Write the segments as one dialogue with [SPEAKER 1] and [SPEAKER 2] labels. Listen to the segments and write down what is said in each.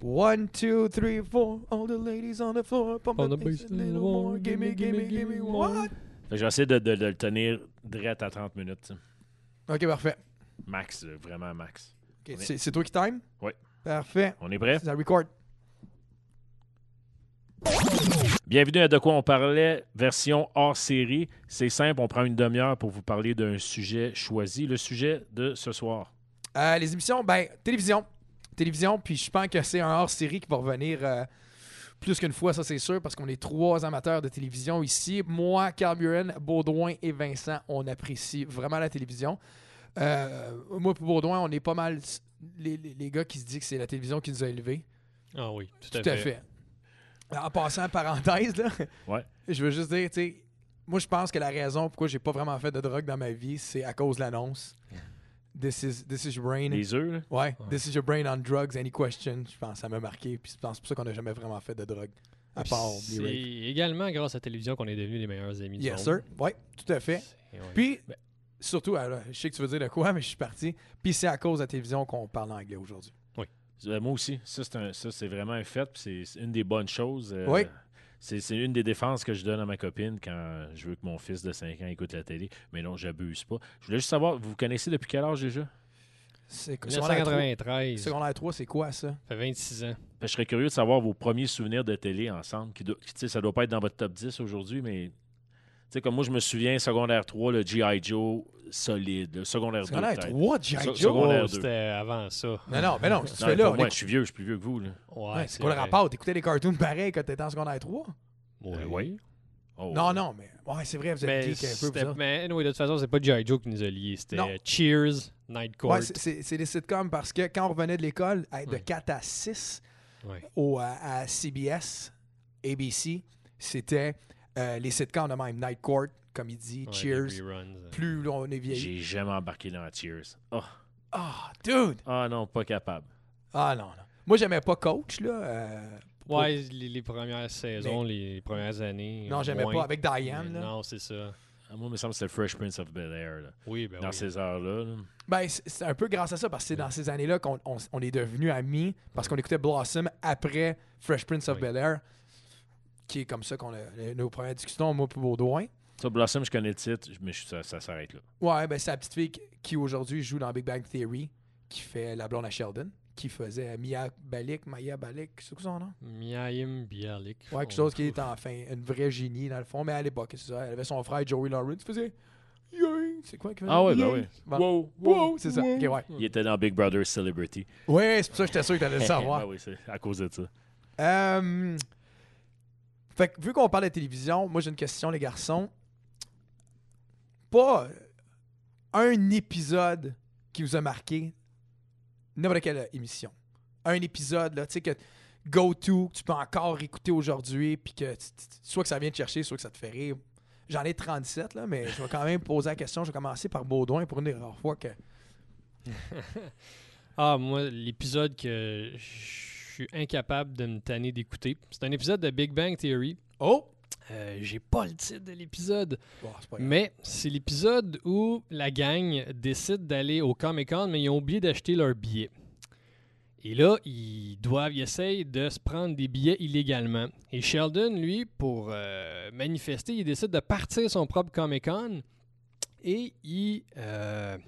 [SPEAKER 1] One, two, three, four. All the ladies on the floor. Pump
[SPEAKER 2] On
[SPEAKER 1] the
[SPEAKER 2] the
[SPEAKER 1] bass
[SPEAKER 2] bass
[SPEAKER 1] a little more. Gimme, gimme, gimme. What?
[SPEAKER 3] Fait que je vais essayer de, de- de le tenir direct à 30 minutes. tu sais.
[SPEAKER 1] Ok, parfait.
[SPEAKER 3] Max, là, vraiment max.
[SPEAKER 1] Ok, C'est c'est toi qui time?
[SPEAKER 3] Ouais.
[SPEAKER 1] Parfait.
[SPEAKER 3] On est prêt?
[SPEAKER 1] Ça record.
[SPEAKER 3] Bienvenue à De quoi on parlait, version hors série. C'est simple, on prend une demi-heure pour vous parler d'un sujet choisi. Le sujet de ce soir.
[SPEAKER 1] Euh, les émissions, ben, télévision. Télévision, puis je pense que c'est un hors-série qui va revenir euh, plus qu'une fois, ça c'est sûr, parce qu'on est trois amateurs de télévision ici. Moi, Carl Buren, Baudouin et Vincent, on apprécie vraiment la télévision. Euh, moi, pour Baudouin, on est pas mal s- les, les- les gars qui se disent que c'est la télévision qui nous a élevés.
[SPEAKER 2] Ah oui, tout,
[SPEAKER 1] Tout à fait. En passant, parenthèse, là,
[SPEAKER 3] Ouais.
[SPEAKER 1] je veux juste dire, tu sais, moi, je pense que la raison pourquoi j'ai pas vraiment fait de drogue dans ma vie, c'est à cause de l'annonce. This is, this is your brain.
[SPEAKER 3] Les œufs, là?
[SPEAKER 1] Ouais, This is your brain on drugs, any question. Je pense, ça m'a marqué. Puis je pense c'est pour ça qu'on n'a jamais vraiment fait de drogue. À part
[SPEAKER 2] C'est
[SPEAKER 1] les rapes.
[SPEAKER 2] également grâce à la télévision qu'on est devenus les meilleurs amis du
[SPEAKER 1] Yes,
[SPEAKER 2] monde.
[SPEAKER 1] sir. Ouais, tout à fait.
[SPEAKER 2] Et ouais.
[SPEAKER 1] Puis,
[SPEAKER 2] Ben-
[SPEAKER 1] surtout, alors, je sais que tu veux dire de quoi, mais je suis parti. Puis c'est à cause de la télévision qu'on parle anglais aujourd'hui.
[SPEAKER 3] Euh, Moi aussi. Ça, c'est, un- ça, c'est vraiment un fait. puis C'est c'est une des bonnes choses. Euh,
[SPEAKER 1] Oui.
[SPEAKER 3] C'est, c'est une des défenses que je donne à ma copine quand je veux que mon fils de 5 ans écoute la télé. Mais non, j'abuse pas. Je voulais juste savoir, vous vous connaissez depuis quel âge déjà?
[SPEAKER 1] C'est quoi- secondaire trois-
[SPEAKER 2] 1993, ça
[SPEAKER 1] Secondaire 3, c'est quoi ça?
[SPEAKER 2] fait 26 ans.
[SPEAKER 3] Fait que Ben, je serais curieux de savoir vos premiers souvenirs de télé ensemble. Qui do- qui, tu sais, ça doit pas être dans votre top 10 aujourd'hui, mais tu sais, comme moi, je me souviens, secondaire 3, le G.I. Joe, solide. Le secondaire 2,
[SPEAKER 1] Secondaire
[SPEAKER 3] peut-être.
[SPEAKER 1] 3, G.I.
[SPEAKER 3] So-
[SPEAKER 1] Joe?
[SPEAKER 3] secondaire-
[SPEAKER 2] Oh,
[SPEAKER 3] deux.
[SPEAKER 2] c'était avant ça.
[SPEAKER 1] Non, non, mais non, si tu
[SPEAKER 3] Non,
[SPEAKER 1] fais
[SPEAKER 3] pas
[SPEAKER 1] là.
[SPEAKER 3] moi,
[SPEAKER 1] les-
[SPEAKER 3] je suis vieux, je suis plus vieux que vous. Là.
[SPEAKER 2] Ouais,
[SPEAKER 1] Ouais, c'est quoi le
[SPEAKER 2] vrai.
[SPEAKER 1] rapport? T'écoutais les cartoons pareil quand t'étais en secondaire 3?
[SPEAKER 2] Oui.
[SPEAKER 3] Euh, oui. Oh.
[SPEAKER 1] Non, non, mais ouais, c'est vrai, vous êtes
[SPEAKER 2] Mais,
[SPEAKER 1] geek un peu.
[SPEAKER 2] c'était-
[SPEAKER 1] vous autres.
[SPEAKER 2] mais anyway, de toute façon, c'est pas G.I. Joe qui nous a liés. C'était
[SPEAKER 1] Non.
[SPEAKER 2] euh, Cheers, Night Court.
[SPEAKER 1] Ouais, c'est- c'est c'est des sitcoms parce que quand on revenait de l'école, hey, de
[SPEAKER 2] Ouais.
[SPEAKER 1] 4 à 6,
[SPEAKER 2] Ouais.
[SPEAKER 1] au, à, à CBS, ABC, c'était euh, les sitcoms de même, Night Court, Comedy,
[SPEAKER 2] Ouais, des
[SPEAKER 1] Cheers.
[SPEAKER 2] reruns, euh.
[SPEAKER 1] Plus on est vieilli.
[SPEAKER 3] J'ai jamais embarqué dans Cheers. Ah.
[SPEAKER 1] Ah, dude!
[SPEAKER 3] ah non, pas capable.
[SPEAKER 1] Ah non, non. Moi, j'aimais pas Coach, là. euh,
[SPEAKER 2] Ouais, les, les premières saisons, les premières années.
[SPEAKER 1] non, j'aimais
[SPEAKER 2] moins.
[SPEAKER 1] pas. Avec
[SPEAKER 2] Mais
[SPEAKER 1] Diane, là.
[SPEAKER 2] Non, c'est ça.
[SPEAKER 3] Ah, Moi, il me semble que c'est le Fresh Prince of Bel Air.
[SPEAKER 2] Oui, ben
[SPEAKER 3] Dans
[SPEAKER 2] oui.
[SPEAKER 3] ces heures-là. là.
[SPEAKER 1] Ben, c'est c'est un peu grâce à ça parce que c'est dans ces années-là qu'on on, on est devenus amis parce qu'on écoutait Blossom après Fresh Prince of
[SPEAKER 2] Oui.
[SPEAKER 1] Bel-Air, qui est comme ça qu'on a nos premières discussions, moi, pour Baudouin.
[SPEAKER 3] Ça, Blossom, je connais le titre, mais je- ça, ça s'arrête là.
[SPEAKER 1] Ouais, ben c'est la petite fille qui- qui aujourd'hui joue dans Big Bang Theory, qui fait la blonde à Sheldon, qui faisait Mia Balik, Maya Balik, c'est quoi son nom?
[SPEAKER 2] Miaim Bialik.
[SPEAKER 1] Ouais, quelque chose qui est enfin une vraie génie dans le fond, mais à l'époque, c'est ça. Elle avait son frère Joey Lawrence, qui faisait Yoing, c'est quoi qu'il faisait?
[SPEAKER 3] Ah ouais, ben
[SPEAKER 1] Yoing.
[SPEAKER 3] oui.
[SPEAKER 1] Bon.
[SPEAKER 3] Wow,
[SPEAKER 1] Wow, c'est ça. Ok, ouais.
[SPEAKER 3] Il était dans Big Brother Celebrity.
[SPEAKER 1] Ouais, c'est pour ça que j'étais sûr que t'allais le
[SPEAKER 3] Ah
[SPEAKER 1] savoir.
[SPEAKER 3] oui, c'est à cause de ça.
[SPEAKER 1] Euh, fait que vu qu'on parle de télévision, moi j'ai une question, les garçons. Pas un épisode qui vous a marqué, n'importe quelle émission. Un épisode, là, tu sais, que go-to, que tu peux encore écouter aujourd'hui, puis que t- t- soit que ça vient te chercher, soit que ça te fait rire. J'en ai 37, là, mais je vais quand même poser la question. Je vais commencer par Baudouin pour une des rares fois que.
[SPEAKER 2] Ah, moi, l'épisode que je suis incapable de me tanner d'écouter, c'est un épisode de Big Bang Theory.
[SPEAKER 1] Oh!
[SPEAKER 2] Euh, J'ai pas le titre de l'épisode,
[SPEAKER 1] Bon, c'est pas grave.
[SPEAKER 2] mais c'est l'épisode où la gang décide d'aller au Comic Con, mais ils ont oublié d'acheter leur billet. Et là, ils doivent, ils essayent de se prendre des billets illégalement. Et Sheldon, lui, pour euh, manifester, il décide de partir son propre Comic Con et il, euh,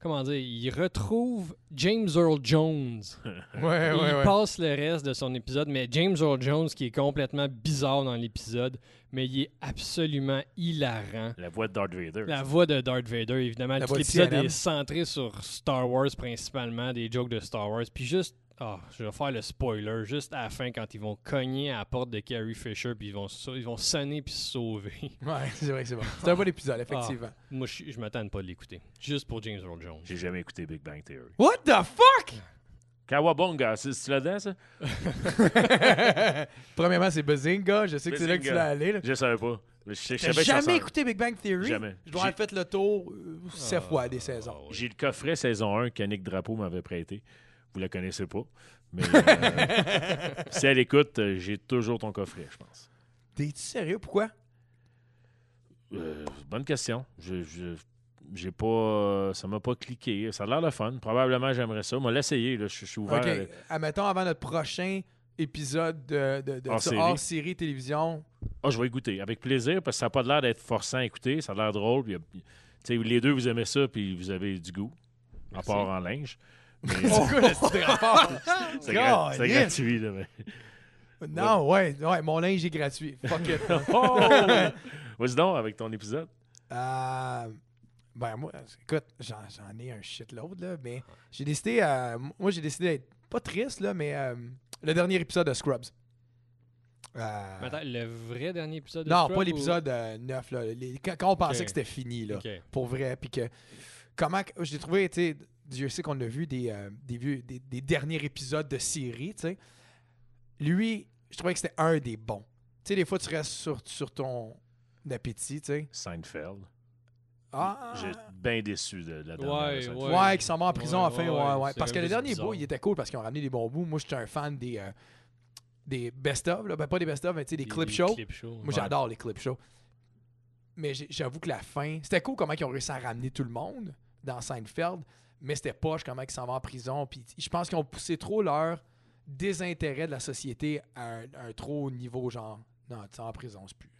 [SPEAKER 2] comment dire, il retrouve James Earl Jones.
[SPEAKER 1] Ouais,
[SPEAKER 2] Et
[SPEAKER 1] ouais,
[SPEAKER 2] il
[SPEAKER 1] ouais.
[SPEAKER 2] passe le reste de son épisode, mais James Earl Jones, qui est complètement bizarre dans l'épisode, mais il est absolument hilarant.
[SPEAKER 3] La voix de Darth Vader.
[SPEAKER 2] La voix de Darth Vader, évidemment.
[SPEAKER 1] La
[SPEAKER 2] Tout
[SPEAKER 1] voix de
[SPEAKER 2] l'épisode
[SPEAKER 1] CNN.
[SPEAKER 2] est centré sur Star Wars principalement, des jokes de Star Wars. Puis juste, ah, je vais faire le spoiler, juste à la fin, quand ils vont cogner à la porte de Carrie Fisher, puis ils vont, sau- ils vont sonner puis se sauver.
[SPEAKER 1] Ouais, c'est vrai que c'est bon. C'est un bon épisode, effectivement.
[SPEAKER 2] Moi, je, je m'attends pas de l'écouter. Juste pour James Earl Jones.
[SPEAKER 3] J'ai jamais écouté Big Bang Theory.
[SPEAKER 1] What the fuck?
[SPEAKER 3] Kawabonga, c'est c'est là-dedans, ça?
[SPEAKER 1] Premièrement, c'est Bazinga. Je sais que c'est là que tu
[SPEAKER 3] Bazinga.
[SPEAKER 1] l'as allé. là.
[SPEAKER 3] Je savais pas. Je, sais- je
[SPEAKER 1] T'as
[SPEAKER 3] savais que ça
[SPEAKER 1] jamais
[SPEAKER 3] sort.
[SPEAKER 1] écouté Big Bang Theory?
[SPEAKER 3] Jamais.
[SPEAKER 1] Je dois avoir
[SPEAKER 3] J'ai- Ah,
[SPEAKER 1] fait le tour euh, sept fois des saisons.
[SPEAKER 3] J'ai le coffret saison 1 qu'Annick Drapeau m'avait prêté. Vous la connaissez pas. Mais euh, si elle écoute, euh, j'ai toujours ton coffret, je pense.
[SPEAKER 1] T'es-tu sérieux? Pourquoi?
[SPEAKER 3] Euh, bonne question. Je, je- j'ai pas, euh, ça m'a pas cliqué. Ça a l'air le fun. Probablement, j'aimerais ça. Moi, l'essayer. là. Je je suis ouvert.
[SPEAKER 1] OK.
[SPEAKER 3] à-
[SPEAKER 1] Admettons, avant notre prochain épisode de, de, de-
[SPEAKER 3] Hors
[SPEAKER 1] de-
[SPEAKER 3] série.
[SPEAKER 1] hors série télévision,
[SPEAKER 3] Ah, je vais y goûter. Avec plaisir, parce que ça n'a pas l'air d'être forçant à écouter. Ça a l'air drôle. puis, tu sais, les deux, vous aimez ça, puis vous avez du goût.
[SPEAKER 2] Merci.
[SPEAKER 3] À part en linge. Mais euh,
[SPEAKER 1] C'est quoi le petit rapport?
[SPEAKER 3] c'est gra-
[SPEAKER 1] God,
[SPEAKER 3] c'est
[SPEAKER 1] yes.
[SPEAKER 3] gratuit. là, mais-
[SPEAKER 1] Non, ouais, ouais, mon linge est gratuit. Fuck it.
[SPEAKER 3] Oh! Vas-y donc avec ton épisode.
[SPEAKER 1] Euh, ben moi, écoute, j'en, j'en ai un shitload, là, mais j'ai décidé, euh, moi j'ai décidé d'être pas triste, là, mais euh, le dernier épisode de Scrubs. Euh,
[SPEAKER 2] Mais attends, le vrai dernier épisode de
[SPEAKER 1] non,
[SPEAKER 2] Scrub
[SPEAKER 1] pas
[SPEAKER 2] ou-
[SPEAKER 1] l'épisode euh, 9, là, les- quand, quand on pensait
[SPEAKER 2] Ok.
[SPEAKER 1] que c'était fini, là,
[SPEAKER 2] Ok.
[SPEAKER 1] pour vrai, puis que comment, que- j'ai trouvé, tu sais, Dieu sait qu'on a vu des, euh, des, vieux, des, des derniers épisodes de série, tu sais, lui, je trouvais que c'était un des bons. Tu sais, des fois, tu restes sur, sur ton appétit, tu sais.
[SPEAKER 3] Seinfeld.
[SPEAKER 1] Ah!
[SPEAKER 3] J'ai bien déçu de la dernière.
[SPEAKER 2] Ouais,
[SPEAKER 3] de Seinfeld.
[SPEAKER 1] Ouais, qui s'en va en prison
[SPEAKER 2] Ouais,
[SPEAKER 1] enfin.
[SPEAKER 2] ouais,
[SPEAKER 1] Ouais,
[SPEAKER 2] ouais.
[SPEAKER 1] ouais,
[SPEAKER 2] C'est
[SPEAKER 1] Parce que
[SPEAKER 2] un
[SPEAKER 1] le
[SPEAKER 2] peu
[SPEAKER 1] dernier
[SPEAKER 2] bizarre.
[SPEAKER 1] bout, il était cool parce qu'ils ont ramené des bons bouts. Moi, j'étais un fan des, euh, des best-of. là. Ben, pas des best-of, mais tu sais, des
[SPEAKER 2] Puis
[SPEAKER 1] clip
[SPEAKER 2] les
[SPEAKER 1] shows.
[SPEAKER 2] clip shows,
[SPEAKER 1] Moi,
[SPEAKER 2] ouais.
[SPEAKER 1] j'adore les clip shows. Mais j'ai- j'avoue que la fin, c'était cool comment ils ont réussi à ramener tout le monde dans Seinfeld, mais c'était poche comment ils s'en vont en prison. Puis je pense qu'ils ont poussé trop leur désintérêt de la société à un, à un trop haut niveau, genre, non, tu s'en vas en prison, c'est plus.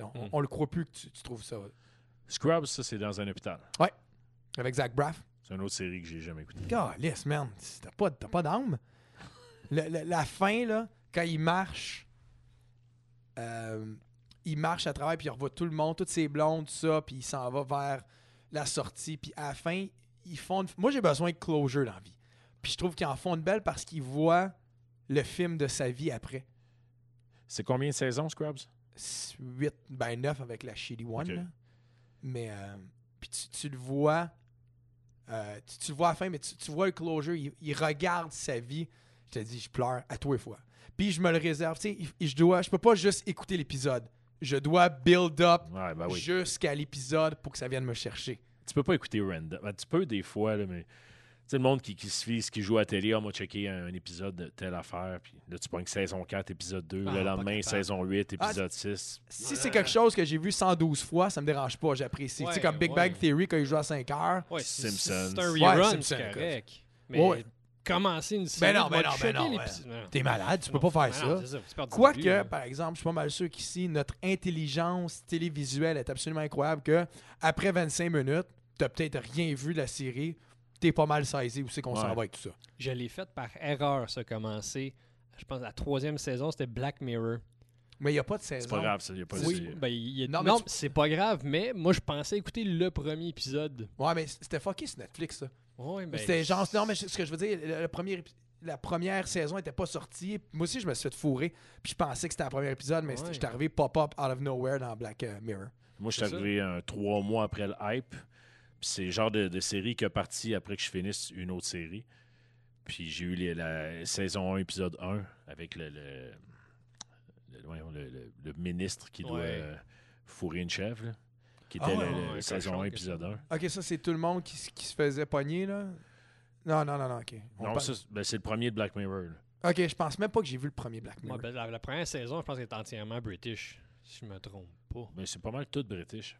[SPEAKER 1] On,
[SPEAKER 2] Mm.
[SPEAKER 1] on le croit plus que tu, tu trouves ça.
[SPEAKER 3] Scrubs, ça, c'est dans un hôpital.
[SPEAKER 1] Avec Zach Braff.
[SPEAKER 3] C'est une autre série que j'ai jamais écoutée.
[SPEAKER 1] Calisse, man. T'as pas, t'as pas d'âme. Le- le- la fin, là, quand il marche, euh, il marche à travers, puis il revoit tout le monde, toutes ses blondes, tout ça, puis il s'en va vers la sortie. Puis à la fin, ils font... une- Moi, j'ai besoin de closure dans la vie. Puis je trouve qu'ils en font une belle parce qu'ils voient le film de sa vie après.
[SPEAKER 3] C'est combien de saisons, Scrubs?
[SPEAKER 1] 8, ben 9 avec la shitty one.
[SPEAKER 3] Ok.
[SPEAKER 1] là. Mais euh, puis tu, tu le vois, euh, tu, tu le vois à la fin, mais tu, tu vois le closure, il, il regarde sa vie. Je te dis, je pleure à tous les fois. Puis je me le réserve, tu sais, il- il- je dois, je peux pas juste écouter l'épisode. Je dois build up
[SPEAKER 3] Ouais, ben oui.
[SPEAKER 1] jusqu'à l'épisode pour que ça vienne me chercher.
[SPEAKER 3] Tu peux pas écouter random. Ben, tu peux des fois, là, mais. Tu sais, le monde qui, qui se fise, qui joue à la télé, on m'a checké un, un épisode de telle affaire, puis là, tu pognes saison 4, épisode
[SPEAKER 1] Ah,
[SPEAKER 3] 2, le
[SPEAKER 1] pas
[SPEAKER 3] lendemain,
[SPEAKER 1] capable.
[SPEAKER 3] saison 8,
[SPEAKER 1] Ah,
[SPEAKER 3] épisode 6.
[SPEAKER 1] Si c'est quelque chose que j'ai vu 112 fois, ça me dérange pas, j'apprécie. tu sais,
[SPEAKER 2] Ouais,
[SPEAKER 1] comme Big
[SPEAKER 2] ouais.
[SPEAKER 1] Bang Theory quand il joue à 5 heures.
[SPEAKER 2] Ouais, c'est-
[SPEAKER 3] Simpsons.
[SPEAKER 2] C'est un
[SPEAKER 1] Ouais,
[SPEAKER 2] rerun,
[SPEAKER 1] Simpsons,
[SPEAKER 2] c'est
[SPEAKER 1] écoute.
[SPEAKER 2] correct. Mais
[SPEAKER 1] Ouais, ouais.
[SPEAKER 2] commencer une série,
[SPEAKER 1] non,
[SPEAKER 2] va
[SPEAKER 1] ben
[SPEAKER 2] te
[SPEAKER 1] non, ben
[SPEAKER 2] choquer
[SPEAKER 1] non,
[SPEAKER 2] l'épisode. Non,
[SPEAKER 1] T'es malade, tu peux
[SPEAKER 2] non,
[SPEAKER 1] pas faire
[SPEAKER 2] non,
[SPEAKER 1] ça.
[SPEAKER 2] c'est tu pars du début,
[SPEAKER 1] Quoique,
[SPEAKER 2] là.
[SPEAKER 1] par exemple, je suis pas mal sûr qu'ici, notre intelligence télévisuelle est absolument incroyable que après 25 minutes, t'as peut-être rien vu de la série, t'es pas mal saisi où c'est qu'on s'en
[SPEAKER 3] Ouais.
[SPEAKER 1] va avec tout ça.
[SPEAKER 2] Je l'ai fait par erreur, ça, commencer. Je pense la troisième saison, c'était Black Mirror.
[SPEAKER 1] Mais il n'y a pas de saison.
[SPEAKER 3] C'est pas grave, ça. Y a pas de-
[SPEAKER 2] Oui, ben, il y a-
[SPEAKER 1] Non,
[SPEAKER 2] Non,
[SPEAKER 1] mais tu-
[SPEAKER 2] mais c'est pas grave, mais moi, je pensais écouter le premier épisode.
[SPEAKER 1] Ouais, mais c'était fucké sur Netflix, ça.
[SPEAKER 2] Ouais, ben,
[SPEAKER 1] c'était genre, non, mais ce que je veux dire, le, le premier épi- la première saison était pas sortie. Moi aussi, je me suis fait fourrer. Puis je pensais que c'était le premier épisode, mais
[SPEAKER 2] Ouais.
[SPEAKER 1] j'étais arrivé pop-up out of nowhere dans Black euh, Mirror.
[SPEAKER 3] Moi, je suis
[SPEAKER 2] C'est ça.
[SPEAKER 3] arrivé un trois mois après le hype. Puis c'est le genre de, de série qui a parti après que je finisse une autre série. Puis j'ai eu les- la saison 1, épisode 1, avec le, le, le- voyons, le- le- le ministre qui doit
[SPEAKER 2] Ouais.
[SPEAKER 3] euh, fourrer une chèvre, là, qui
[SPEAKER 1] Ah
[SPEAKER 3] était
[SPEAKER 1] ouais,
[SPEAKER 3] la-
[SPEAKER 1] ouais,
[SPEAKER 3] la
[SPEAKER 2] ouais,
[SPEAKER 3] saison
[SPEAKER 2] cochon,
[SPEAKER 3] 1,
[SPEAKER 2] quelque
[SPEAKER 3] épisode 1.
[SPEAKER 1] Ok, ça, c'est tout le monde qui, s- qui se faisait pogner, là. Non, non, non, non, ok. On
[SPEAKER 3] Non,
[SPEAKER 1] parle-
[SPEAKER 3] ça, c'est- ben, c'est le premier de Black Mirror. là.
[SPEAKER 1] Ok, je pense même pas que j'ai vu le premier Black Mirror.
[SPEAKER 2] Ouais, ben, la, la première saison, je pense qu'elle est entièrement british, si je me trompe pas.
[SPEAKER 3] Mais Ben, c'est pas mal tout british.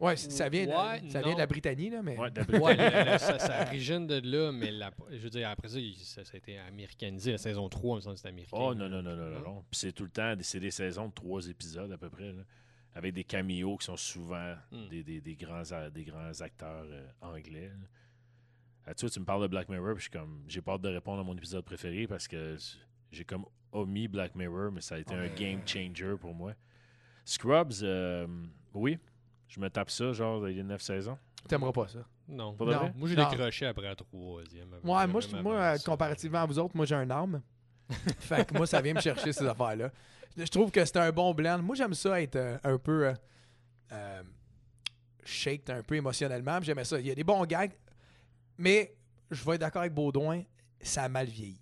[SPEAKER 1] Ouais, c- ça vient, de,
[SPEAKER 2] Ouais,
[SPEAKER 1] ça vient de la
[SPEAKER 2] non.
[SPEAKER 1] Britannie, là, mais.
[SPEAKER 3] Ouais, de la Brit-
[SPEAKER 2] Ouais, là, là, ça, ça origine de là, mais la- je veux dire, après ça, il- ça, ça a été américanisé. La saison 3, il me semble que c'était américain. Hein?
[SPEAKER 3] Oh non, non, non, non,
[SPEAKER 2] Non?
[SPEAKER 3] non. non. Puis c'est tout le temps, des- c'est des saisons de trois épisodes à peu près, là, avec des caméos qui sont souvent
[SPEAKER 1] Mm.
[SPEAKER 2] Hmm.
[SPEAKER 3] des, des- des grands, a- des grands acteurs euh, anglais. là. Ah, tu vois, tu me parles de Black Mirror, puis je suis comme, j'ai peur de répondre à mon épisode préféré parce que j'ai comme omis Black Mirror, mais ça a été un game changer pour moi. Scrubs, euh, oui, je me tape ça, genre, les neuf saisons.
[SPEAKER 1] T'aimeras pas ça.
[SPEAKER 2] Non.
[SPEAKER 3] Pas vrai?
[SPEAKER 1] Non.
[SPEAKER 2] Moi, j'ai
[SPEAKER 1] Non.
[SPEAKER 2] décroché après la troisième. avant-
[SPEAKER 1] Ouais, moi,
[SPEAKER 2] même
[SPEAKER 1] je-
[SPEAKER 2] avant
[SPEAKER 1] moi euh,
[SPEAKER 2] ça.
[SPEAKER 1] comparativement à vous autres, moi, j'ai un arme. fait que moi, ça vient me chercher ces affaires-là. Je trouve que c'est un bon blend. Moi, j'aime ça être euh, un peu euh, euh, shaked un peu émotionnellement. puis J'aimais ça. Il y a des bons gags, mais je vais être d'accord avec Baudouin, ça a mal vieilli.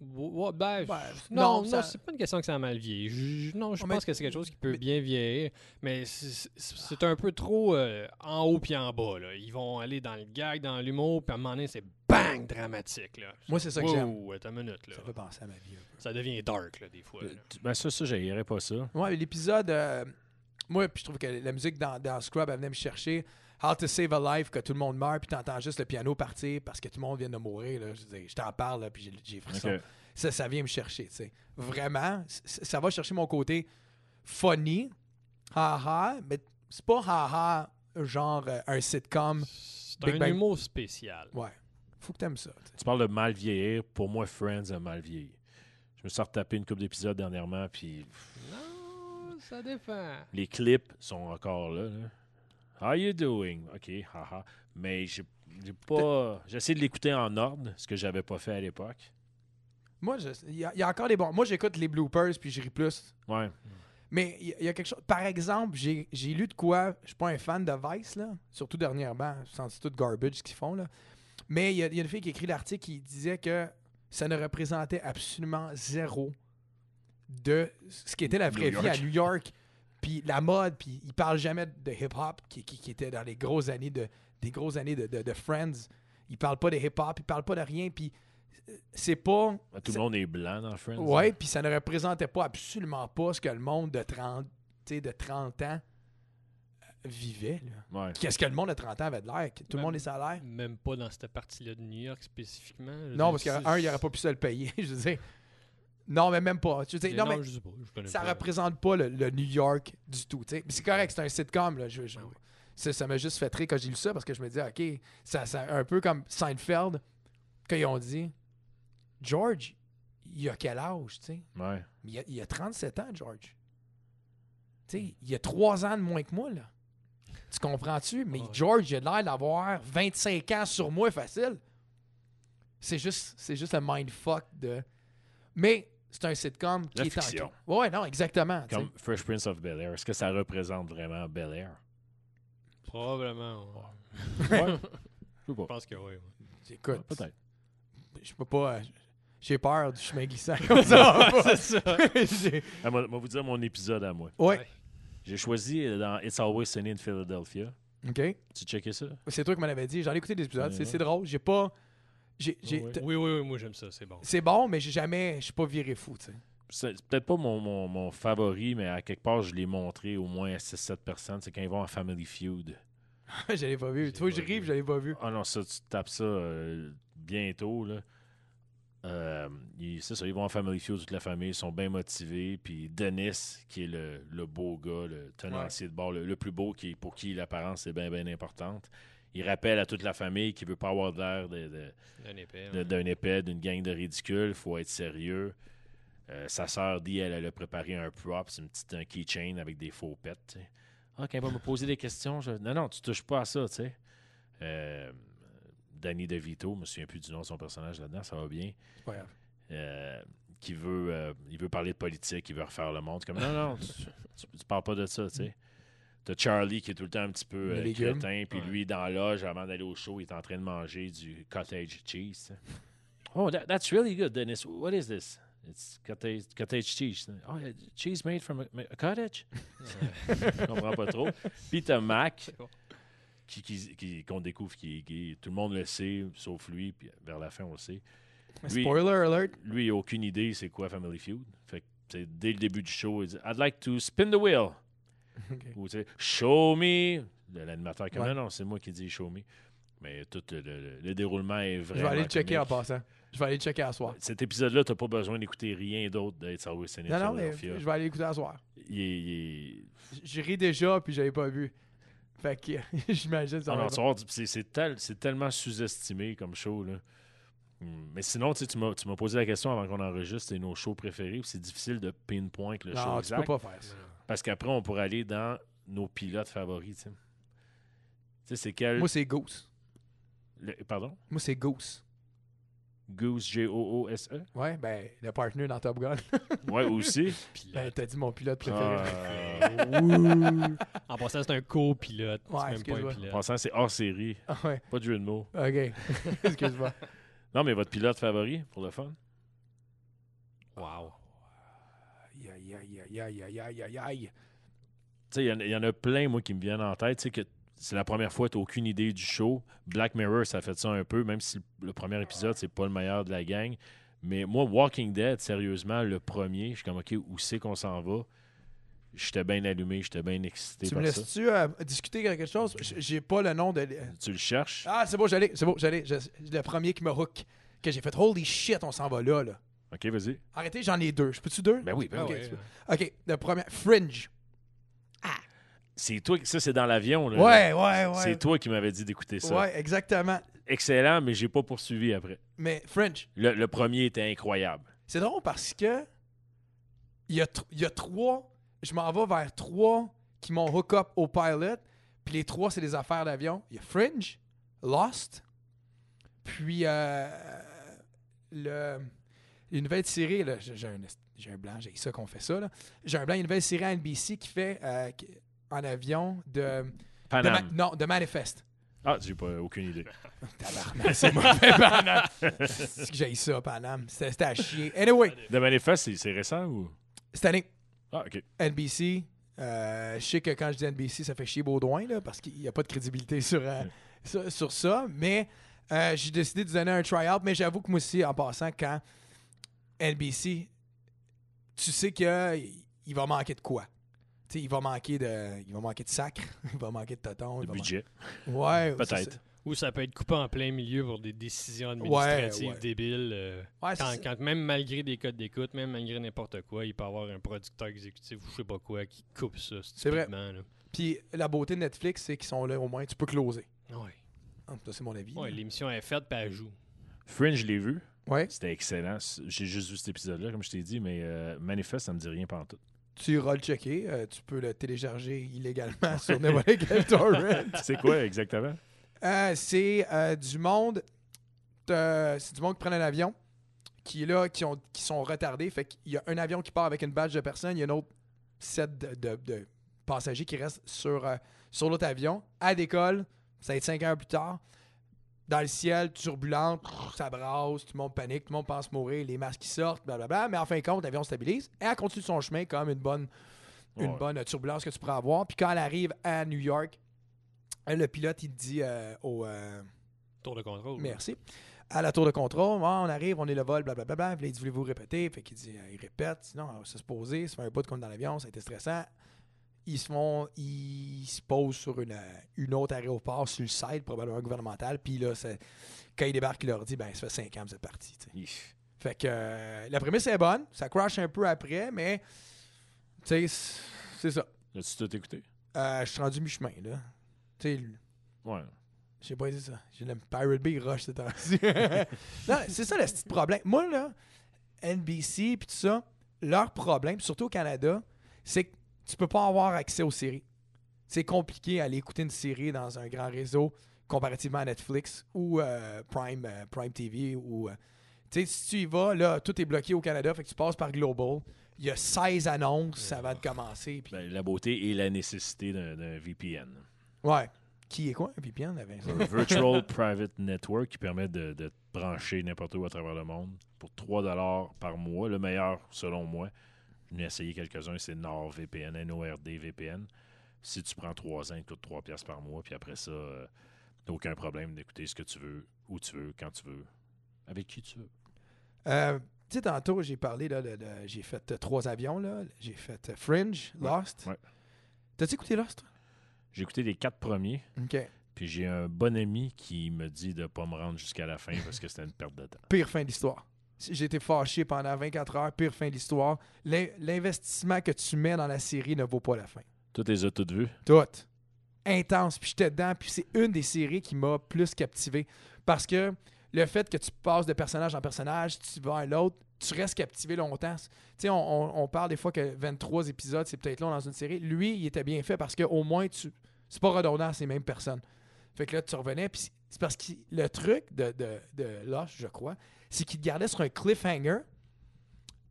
[SPEAKER 2] Ou- ouais, ben,
[SPEAKER 1] Ben,
[SPEAKER 2] je- non,
[SPEAKER 1] non,
[SPEAKER 2] non,
[SPEAKER 1] ça-
[SPEAKER 2] c'est pas une question que ça a mal vieilli. Je- je- non, je
[SPEAKER 1] Ouais,
[SPEAKER 2] pense
[SPEAKER 1] mais-
[SPEAKER 2] que c'est quelque chose qui peut
[SPEAKER 1] mais-
[SPEAKER 2] bien vieillir, mais c'est- c'est c'est un peu trop euh, en haut puis en bas. Là. Ils vont aller dans le gag, dans l'humour, puis à un moment donné, c'est bang dramatique. Là.
[SPEAKER 1] Moi, c'est ça que
[SPEAKER 2] Wow,
[SPEAKER 1] j'aime.
[SPEAKER 2] attends une minute, là.
[SPEAKER 1] Ça fait penser à ma vie un peu.
[SPEAKER 2] Ça devient dark, là, des fois. là.
[SPEAKER 3] Euh, tu- Ben ça, ça, j'haïrais pas ça.
[SPEAKER 1] Ouais, mais l'épisode. euh, moi, puis je trouve que la musique dans, dans Scrub, elle venait me chercher. How to Save a Life, que tout le monde meurt, puis t'entends juste le piano partir parce que tout le monde vient de mourir. là. Je, veux dire, je t'en parle, là, puis j'ai- j'ai frisson.
[SPEAKER 3] Ok.
[SPEAKER 1] Ça, ça vient me chercher, tu sais. Vraiment, c- c- ça va chercher mon côté funny, haha, mais c'est pas haha, genre euh, un sitcom.
[SPEAKER 2] C'est
[SPEAKER 1] Big
[SPEAKER 2] un
[SPEAKER 1] Bang.
[SPEAKER 2] humour spécial.
[SPEAKER 1] Ouais, faut que t'aimes ça. tu sais.
[SPEAKER 3] Tu parles de mal vieillir. Pour moi, Friends a mal vieilli. Je me suis retapé une couple d'épisodes dernièrement, puis
[SPEAKER 2] Non, ça dépend.
[SPEAKER 3] les clips sont encore là. là. How you doing? OK, haha. Mais j'ai j'ai pas. J'essaie de l'écouter en ordre, ce que j'avais pas fait à l'époque.
[SPEAKER 1] Moi, je- il y, a- il y a encore des bons. Moi, j'écoute les bloopers, puis je ris plus.
[SPEAKER 3] Ouais.
[SPEAKER 1] Mais il y, a- il y a quelque chose. Par exemple, j'ai j'ai lu de quoi. Je suis pas un fan de Vice, là. Surtout dernièrement. Je sens tout garbage ce qu'ils font, là. Mais il y, a- il y a une fille qui a écrit l'article qui disait que ça ne représentait absolument zéro de ce qui était la vraie
[SPEAKER 3] New
[SPEAKER 1] vie à
[SPEAKER 3] York.
[SPEAKER 1] New York. Puis la mode, puis il parle jamais de hip-hop qui, qui, qui était dans les grosses années de, des grosses années de, de- de Friends. Il parle pas de hip-hop, il parle pas de rien. Puis euh, c'est pas.
[SPEAKER 3] Tout le monde est blanc dans Friends.
[SPEAKER 1] Ouais, puis ça ne représentait pas absolument pas ce que le monde de 30, tu sais, de 30 ans euh, vivait. là.
[SPEAKER 3] Ouais.
[SPEAKER 1] Qu'est-ce que le monde de 30 ans avait de l'air? Que Tout le
[SPEAKER 2] Ben,
[SPEAKER 1] monde est salaire?
[SPEAKER 2] Même pas dans cette partie-là de New York spécifiquement. Je veux
[SPEAKER 1] Non,
[SPEAKER 2] dire,
[SPEAKER 1] parce qu'un,
[SPEAKER 2] c'est-
[SPEAKER 1] il n'aurait pas pu se le payer. je veux dire. Non, mais même pas. Je veux dire, non,
[SPEAKER 2] non,
[SPEAKER 1] mais
[SPEAKER 2] je sais pas. je connais
[SPEAKER 1] ça
[SPEAKER 2] pas.
[SPEAKER 1] représente pas le, le New York du tout. tu sais. Mais c'est correct, c'est un sitcom. Là. Je, je-
[SPEAKER 2] Ben oui.
[SPEAKER 1] ça, ça m'a juste fait très quand j'ai lu ça parce que je me dis, OK, ça, ça- un peu comme Seinfeld, quand ils ont dit, George, il a quel âge? tu sais?
[SPEAKER 3] Ouais.
[SPEAKER 1] Mais il a, il a 37 ans, George. Tu sais, il a 3 ans de moins que moi, là. Tu comprends-tu? Mais
[SPEAKER 2] Ouais.
[SPEAKER 1] George, il a l'air d'avoir 25 ans sur moi facile. C'est juste, c'est juste un mindfuck de. Mais c'est un sitcom qui
[SPEAKER 3] La
[SPEAKER 1] est
[SPEAKER 3] fiction.
[SPEAKER 1] en Ouais, non, exactement. tu sais.
[SPEAKER 3] Comme Fresh Prince of Bel Air. Est-ce que ça représente vraiment Bel Air?
[SPEAKER 2] Probablement. ouais.
[SPEAKER 3] Ouais. Je sais
[SPEAKER 2] Je
[SPEAKER 3] pas.
[SPEAKER 2] pense que oui. ouais.
[SPEAKER 1] Écoute,
[SPEAKER 3] Ah, Peut-être.
[SPEAKER 1] je peux pas. J'ai peur du chemin glissant comme ça.
[SPEAKER 2] c'est ça.
[SPEAKER 1] J'ai-
[SPEAKER 3] Ah, moi, moi, vous dire mon épisode à moi.
[SPEAKER 1] ouais.
[SPEAKER 3] J'ai choisi euh, dans It's Always Sunny in Philadelphia.
[SPEAKER 1] OK.
[SPEAKER 3] Tu checkais ça?
[SPEAKER 1] C'est toi qui m'en avais dit. J'en ai écouté des épisodes.
[SPEAKER 3] Ouais,
[SPEAKER 1] C'est
[SPEAKER 3] ouais.
[SPEAKER 1] c'est drôle. J'ai pas. j'ai- j'ai-
[SPEAKER 3] Ouais.
[SPEAKER 1] t-
[SPEAKER 2] Oui, oui, oui, moi j'aime ça, c'est bon.
[SPEAKER 1] C'est bon, mais j'ai jamais. Je suis pas viré fou, tu sais.
[SPEAKER 3] C'est c'est peut-être pas mon, mon- mon favori, mais à quelque part, je l'ai montré au moins à 6-7 personnes. C'est quand ils vont en Family Feud.
[SPEAKER 1] je l'ai pas vu.
[SPEAKER 2] J'ai
[SPEAKER 1] Tu vois, je
[SPEAKER 2] pas
[SPEAKER 1] ris,
[SPEAKER 2] vu.
[SPEAKER 1] puis je l'ai pas vu.
[SPEAKER 3] Ah non, ça, tu tapes ça euh, bientôt, là. Euh, ils, c'est ça, ils vont en Family Feud, toute la famille, ils sont bien motivés. Puis Dennis, qui est le, le beau gars, le tenancier de bord, le, le plus beau, qui, pour qui l'apparence est bien, bien importante, il rappelle à toute la famille qu'il veut pas avoir l'air de- de,
[SPEAKER 2] Un épais. hein.
[SPEAKER 3] de- d'un épais, d'une gang de ridicules, faut être sérieux. Euh, sa sœur dit elle, elle a préparé un prop, c'est une petite un keychain avec des faux pets. tu sais. Ah, quand elle va me poser des questions, je- non, non, tu touches pas à ça, tu sais. Euh, Danny DeVito, je me souviens plus du nom de son personnage là-dedans, ça va bien.
[SPEAKER 1] C'est pas grave.
[SPEAKER 3] Euh, qui veut, euh, il veut parler de politique, il veut refaire le monde. C'est Comme non, non, tu, tu- tu parles pas de ça, tu sais. T'as Charlie qui est tout le temps un petit peu
[SPEAKER 1] Le
[SPEAKER 3] euh,
[SPEAKER 1] légume.
[SPEAKER 3] crétin, puis
[SPEAKER 2] Ouais.
[SPEAKER 3] lui, dans la loge, avant d'aller au show, il est en train de manger du cottage cheese. tu sais. Oh, that- that's really good, Dennis. What is this? It's cottage, cottage cheese. Oh, yeah, cheese made from a, a cottage? Je comprends pas trop. Puis t'as Mac,
[SPEAKER 2] C'est bon.
[SPEAKER 3] qui, qui- qui- qu'on découvre qui est gay. Tout le monde le sait, sauf lui, puis vers la fin, on le sait Lui-
[SPEAKER 1] Spoiler alert.
[SPEAKER 3] lui, il a aucune idée c'est quoi Family Feud. Fait que, tu sais, dès le début du show, il dit I'd like to spin the wheel. Ou tu sais, Show me. L'animateur, comme
[SPEAKER 1] Ouais.
[SPEAKER 3] non, non, c'est moi qui dis show me. Mais tout le, le- le déroulement est
[SPEAKER 1] Je
[SPEAKER 3] vraiment.
[SPEAKER 1] vais aller le checker en
[SPEAKER 3] comique.
[SPEAKER 1] passant. Je vais aller le checker à soir.
[SPEAKER 3] Cet épisode-là, t'as pas besoin d'écouter rien d'autre de It's Always Sunny in
[SPEAKER 1] Non, non, mais
[SPEAKER 3] Philadelphia.
[SPEAKER 1] je vais aller l'écouter à soir.
[SPEAKER 3] Il est- il est-
[SPEAKER 1] J- Je ris déjà, puis j'avais pas vu. Fait que j'imagine ça
[SPEAKER 3] Ah
[SPEAKER 1] va
[SPEAKER 3] non,
[SPEAKER 1] être
[SPEAKER 3] tu
[SPEAKER 1] bon.
[SPEAKER 3] vas voir, c'est- c'est tel- c'est tellement sous-estimé comme show. Là. Hum, Mais sinon, tu sais, tu m'as tu m'as posé la question avant qu'on enregistre, c'est nos shows préférés. puis C'est difficile de hein? pinpoint le show
[SPEAKER 1] Non, tu
[SPEAKER 3] exact.
[SPEAKER 1] peux pas faire ça.
[SPEAKER 3] Parce qu'après, on pourrait aller dans nos pilotes favoris. Tu sais. Tu sais, c'est quel.
[SPEAKER 1] Moi, c'est Goose.
[SPEAKER 3] le- pardon
[SPEAKER 1] Moi, c'est Goose.
[SPEAKER 3] Goose, G-O-O-S-E
[SPEAKER 1] Ouais, ben, le partner dans Top Gun.
[SPEAKER 3] E? Ouais, aussi.
[SPEAKER 2] Pilote.
[SPEAKER 1] Ben, t'as dit mon pilote préféré.
[SPEAKER 3] Euh,
[SPEAKER 2] En passant, c'est un copilote.
[SPEAKER 1] Ouais,
[SPEAKER 2] c'est même pas
[SPEAKER 1] excuse-moi.
[SPEAKER 2] un
[SPEAKER 3] en
[SPEAKER 2] pilote.
[SPEAKER 3] passant, c'est hors série.
[SPEAKER 1] Ah ouais,
[SPEAKER 3] Pas de jeu de mots.
[SPEAKER 1] ok. Excuse-moi.
[SPEAKER 3] Non, mais votre pilote favori, pour le fun
[SPEAKER 2] Wow.
[SPEAKER 1] Aïe, aïe, aïe, aïe, aïe, aïe, aïe, aïe, aïe.
[SPEAKER 3] Tu sais, il y en a- il y, en a plein, moi, qui me viennent en tête. Tu sais, que c'est la première fois, tu aucune idée du show. Black Mirror, ça a fait ça un peu, même si le- le premier épisode, c'est pas le meilleur de la gang. Mais moi, Walking Dead, sérieusement, le premier, je suis comme, OK, où c'est qu'on s'en va? J'étais bien allumé, j'étais bien excité
[SPEAKER 1] Tu me
[SPEAKER 3] par ça.
[SPEAKER 1] laisses-tu euh, discuter quelque chose? J- J'ai pas le nom de.
[SPEAKER 3] Tu le cherches?
[SPEAKER 1] Ah, c'est beau, j'allais, c'est beau, j'allais. Je- Le premier qui me hook, que j'ai fait holy shit, on s'en va là, là.
[SPEAKER 3] Ok, vas-y.
[SPEAKER 1] Arrêtez, j'en ai deux. Je peux-tu deux?
[SPEAKER 3] Ben oui, ben
[SPEAKER 2] Ah
[SPEAKER 3] oui.
[SPEAKER 1] Ok.
[SPEAKER 2] ouais.
[SPEAKER 1] Ok, le premier. Fringe.
[SPEAKER 3] Ah. C'est toi, qui- ça c'est dans l'avion. là.
[SPEAKER 1] Ouais, ouais, ouais.
[SPEAKER 3] C'est toi qui m'avais dit d'écouter ça.
[SPEAKER 1] Ouais, exactement.
[SPEAKER 3] Excellent, mais j'ai pas poursuivi après.
[SPEAKER 1] Mais Fringe,
[SPEAKER 3] Le, le premier était incroyable.
[SPEAKER 1] c'est drôle parce que il y, a tr- il y a trois. Je m'en vais vers trois qui m'ont hook up au pilot. Puis les trois, c'est des affaires d'avion. Il y a Fringe, Lost, puis euh, le, une nouvelle série. là, j'ai, j'ai un, est- j'ai un blanc, j'ai ça qu'on fait ça. Là. J'ai un blanc, une nouvelle série à NBC qui fait euh, qui- en avion de. de
[SPEAKER 3] Paname.
[SPEAKER 1] Ma- non, de Manifest.
[SPEAKER 3] Ah, j'ai pas aucune idée.
[SPEAKER 1] Tabarnak, c'est mauvais, Paname. C'est que j'ai ça, Paname. C'était c'était à chier. Anyway,
[SPEAKER 3] De Manifest, c'est- c'est récent ou.
[SPEAKER 1] cette année,
[SPEAKER 3] Ah, ok.
[SPEAKER 1] NBC. euh, je sais que quand je dis NBC, ça fait chier Baudouin, là, parce qu'il n'y a pas de crédibilité sur, euh, sur, sur ça. Mais euh, j'ai décidé de donner un try-out. Mais j'avoue que moi aussi, en passant, quand NBC, tu sais qu'il va manquer de quoi. Tu sais, il va manquer de, il va manquer de sacre, il va manquer de tonton.
[SPEAKER 3] Le budget,
[SPEAKER 1] Ouais, c'est ça.
[SPEAKER 3] peut-être.
[SPEAKER 2] Ou ça peut être coupé en plein milieu pour des décisions administratives
[SPEAKER 1] ouais.
[SPEAKER 2] débiles. euh,
[SPEAKER 1] Ouais, c'est
[SPEAKER 2] quand,
[SPEAKER 1] ça.
[SPEAKER 2] quand- même malgré des codes d'écoute, même malgré n'importe quoi, il peut y avoir un producteur exécutif ou je sais pas quoi qui coupe ça.
[SPEAKER 1] C'est vrai.
[SPEAKER 2] stupidement, là.
[SPEAKER 1] Puis la beauté de Netflix, c'est qu'ils sont là au moins. Tu peux closer.
[SPEAKER 2] Ouais.
[SPEAKER 1] Ah, ça, c'est mon avis.
[SPEAKER 2] Ouais, l'émission est faite, puis elle joue.
[SPEAKER 3] Fringe, je l'ai vu.
[SPEAKER 1] Ouais.
[SPEAKER 3] C'était excellent. J'ai juste vu cet épisode-là, comme je t'ai dit, mais euh, Manifest, ça me dit rien pendant tout.
[SPEAKER 1] Tu iras le checker. euh, tu peux le télécharger illégalement sur n'importe quel torrent.
[SPEAKER 3] C'est quoi exactement?
[SPEAKER 1] Euh, c'est euh, du monde. de- c'est du monde qui prend un avion, qui est là, qui, ont, qui sont retardés. Fait qu'il y a un avion qui part avec une badge de personnes, il y a un autre set de, de- de passagers qui restent sur, euh, sur l'autre avion. À décolle, ça va être cinq heures plus tard. Dans le ciel, turbulente, ça brasse, tout le monde panique, tout le monde pense mourir, les masques qui sortent, blablabla. Mais en fin de compte, l'avion stabilise et elle continue son chemin comme une bonne, une
[SPEAKER 3] Ouais.
[SPEAKER 1] bonne turbulence que tu pourras avoir. Puis quand elle arrive à New York, le pilote, il dit euh, au. euh,
[SPEAKER 2] Tour de contrôle.
[SPEAKER 1] Merci. À la tour de contrôle, Ah, on arrive, on est le vol, blablabla. Puis là, il dit, voulez-vous répéter? Fait qu'il dit, euh, il répète, sinon, on va se poser, ça fait un bout comme dans l'avion, ça a été stressant. Ils se font, ils se posent sur une, euh, une autre aéroport, sur le site, probablement gouvernemental. Puis là, c'est- quand ils débarquent, il leur dit, ben, ça fait cinq ans que vous êtes partis. tu sais.
[SPEAKER 3] Iff.
[SPEAKER 1] Fait que euh, la prémisse est bonne, ça crash un peu après, mais, tu sais, c'est- c'est ça.
[SPEAKER 3] As-tu tout écouté?
[SPEAKER 1] Euh, je suis rendu mi-chemin, là. Tu sais,
[SPEAKER 3] Ouais.
[SPEAKER 1] j'ai pas dit ça. J'ai le Pirate Bay rush cette temps-ci. non, c'est ça le petit problème. Moi, là, NBC puis tout ça, leur problème, surtout au Canada, c'est que tu peux pas avoir accès aux séries. C'est compliqué aller écouter une série dans un grand réseau comparativement à Netflix ou euh, Prime, euh, Prime TV ou. euh, tu sais, si tu y vas, là, tout est bloqué au Canada, fait que tu passes par Global. Il y a 16 annonces avant de commencer. puis-
[SPEAKER 3] Ben, la beauté et la nécessité d'un d'un VPN.
[SPEAKER 1] ouais. Qui est quoi, un VPN, là, Vincent?
[SPEAKER 3] Un Virtual Private Network qui permet de, de te brancher n'importe où à travers le monde pour 3 par mois. Le meilleur, selon moi, je n'ai essayé quelques-uns, c'est NordVPN, NORD VPN. Si tu prends 3 ans, il te coûte 3 piastres par mois, puis après ça, euh, aucun problème d'écouter ce que tu veux, où tu veux, quand tu veux, avec qui tu veux.
[SPEAKER 1] Euh, tu sais, tantôt, j'ai parlé, là, de- de- j'ai fait euh, trois avions, là. J'ai fait euh, Fringe,
[SPEAKER 3] Ouais,
[SPEAKER 1] Lost.
[SPEAKER 3] ouais.
[SPEAKER 1] T'as-tu écouté Lost, toi?
[SPEAKER 3] J'ai écouté les quatre premiers,
[SPEAKER 1] OK.
[SPEAKER 3] puis j'ai un bon ami qui me dit de ne pas me rendre jusqu'à la fin parce que c'était une perte de temps.
[SPEAKER 1] Pire fin de l'histoire. J'ai été fâché pendant 24 heures, pire fin de l'histoire. L'in- L'investissement que tu mets dans la série ne vaut pas la fin.
[SPEAKER 3] Toi, les as toutes vues?
[SPEAKER 1] Tout. Intense, puis j'étais dedans, puis c'est une des séries qui m'a plus captivé. Parce que le fait que tu passes de personnage en personnage, tu vas à l'autre, tu restes captivé longtemps. Tu sais, on, on- on parle des fois que 23 épisodes, c'est peut-être long dans une série. Lui, il était bien fait parce qu'au moins, tu c'est pas redondant, c'est les mêmes personnes. Fait que là, tu revenais, puis c'est- c'est parce que le truc de, de, de Lush, je crois, c'est qu'il te gardait sur un cliffhanger,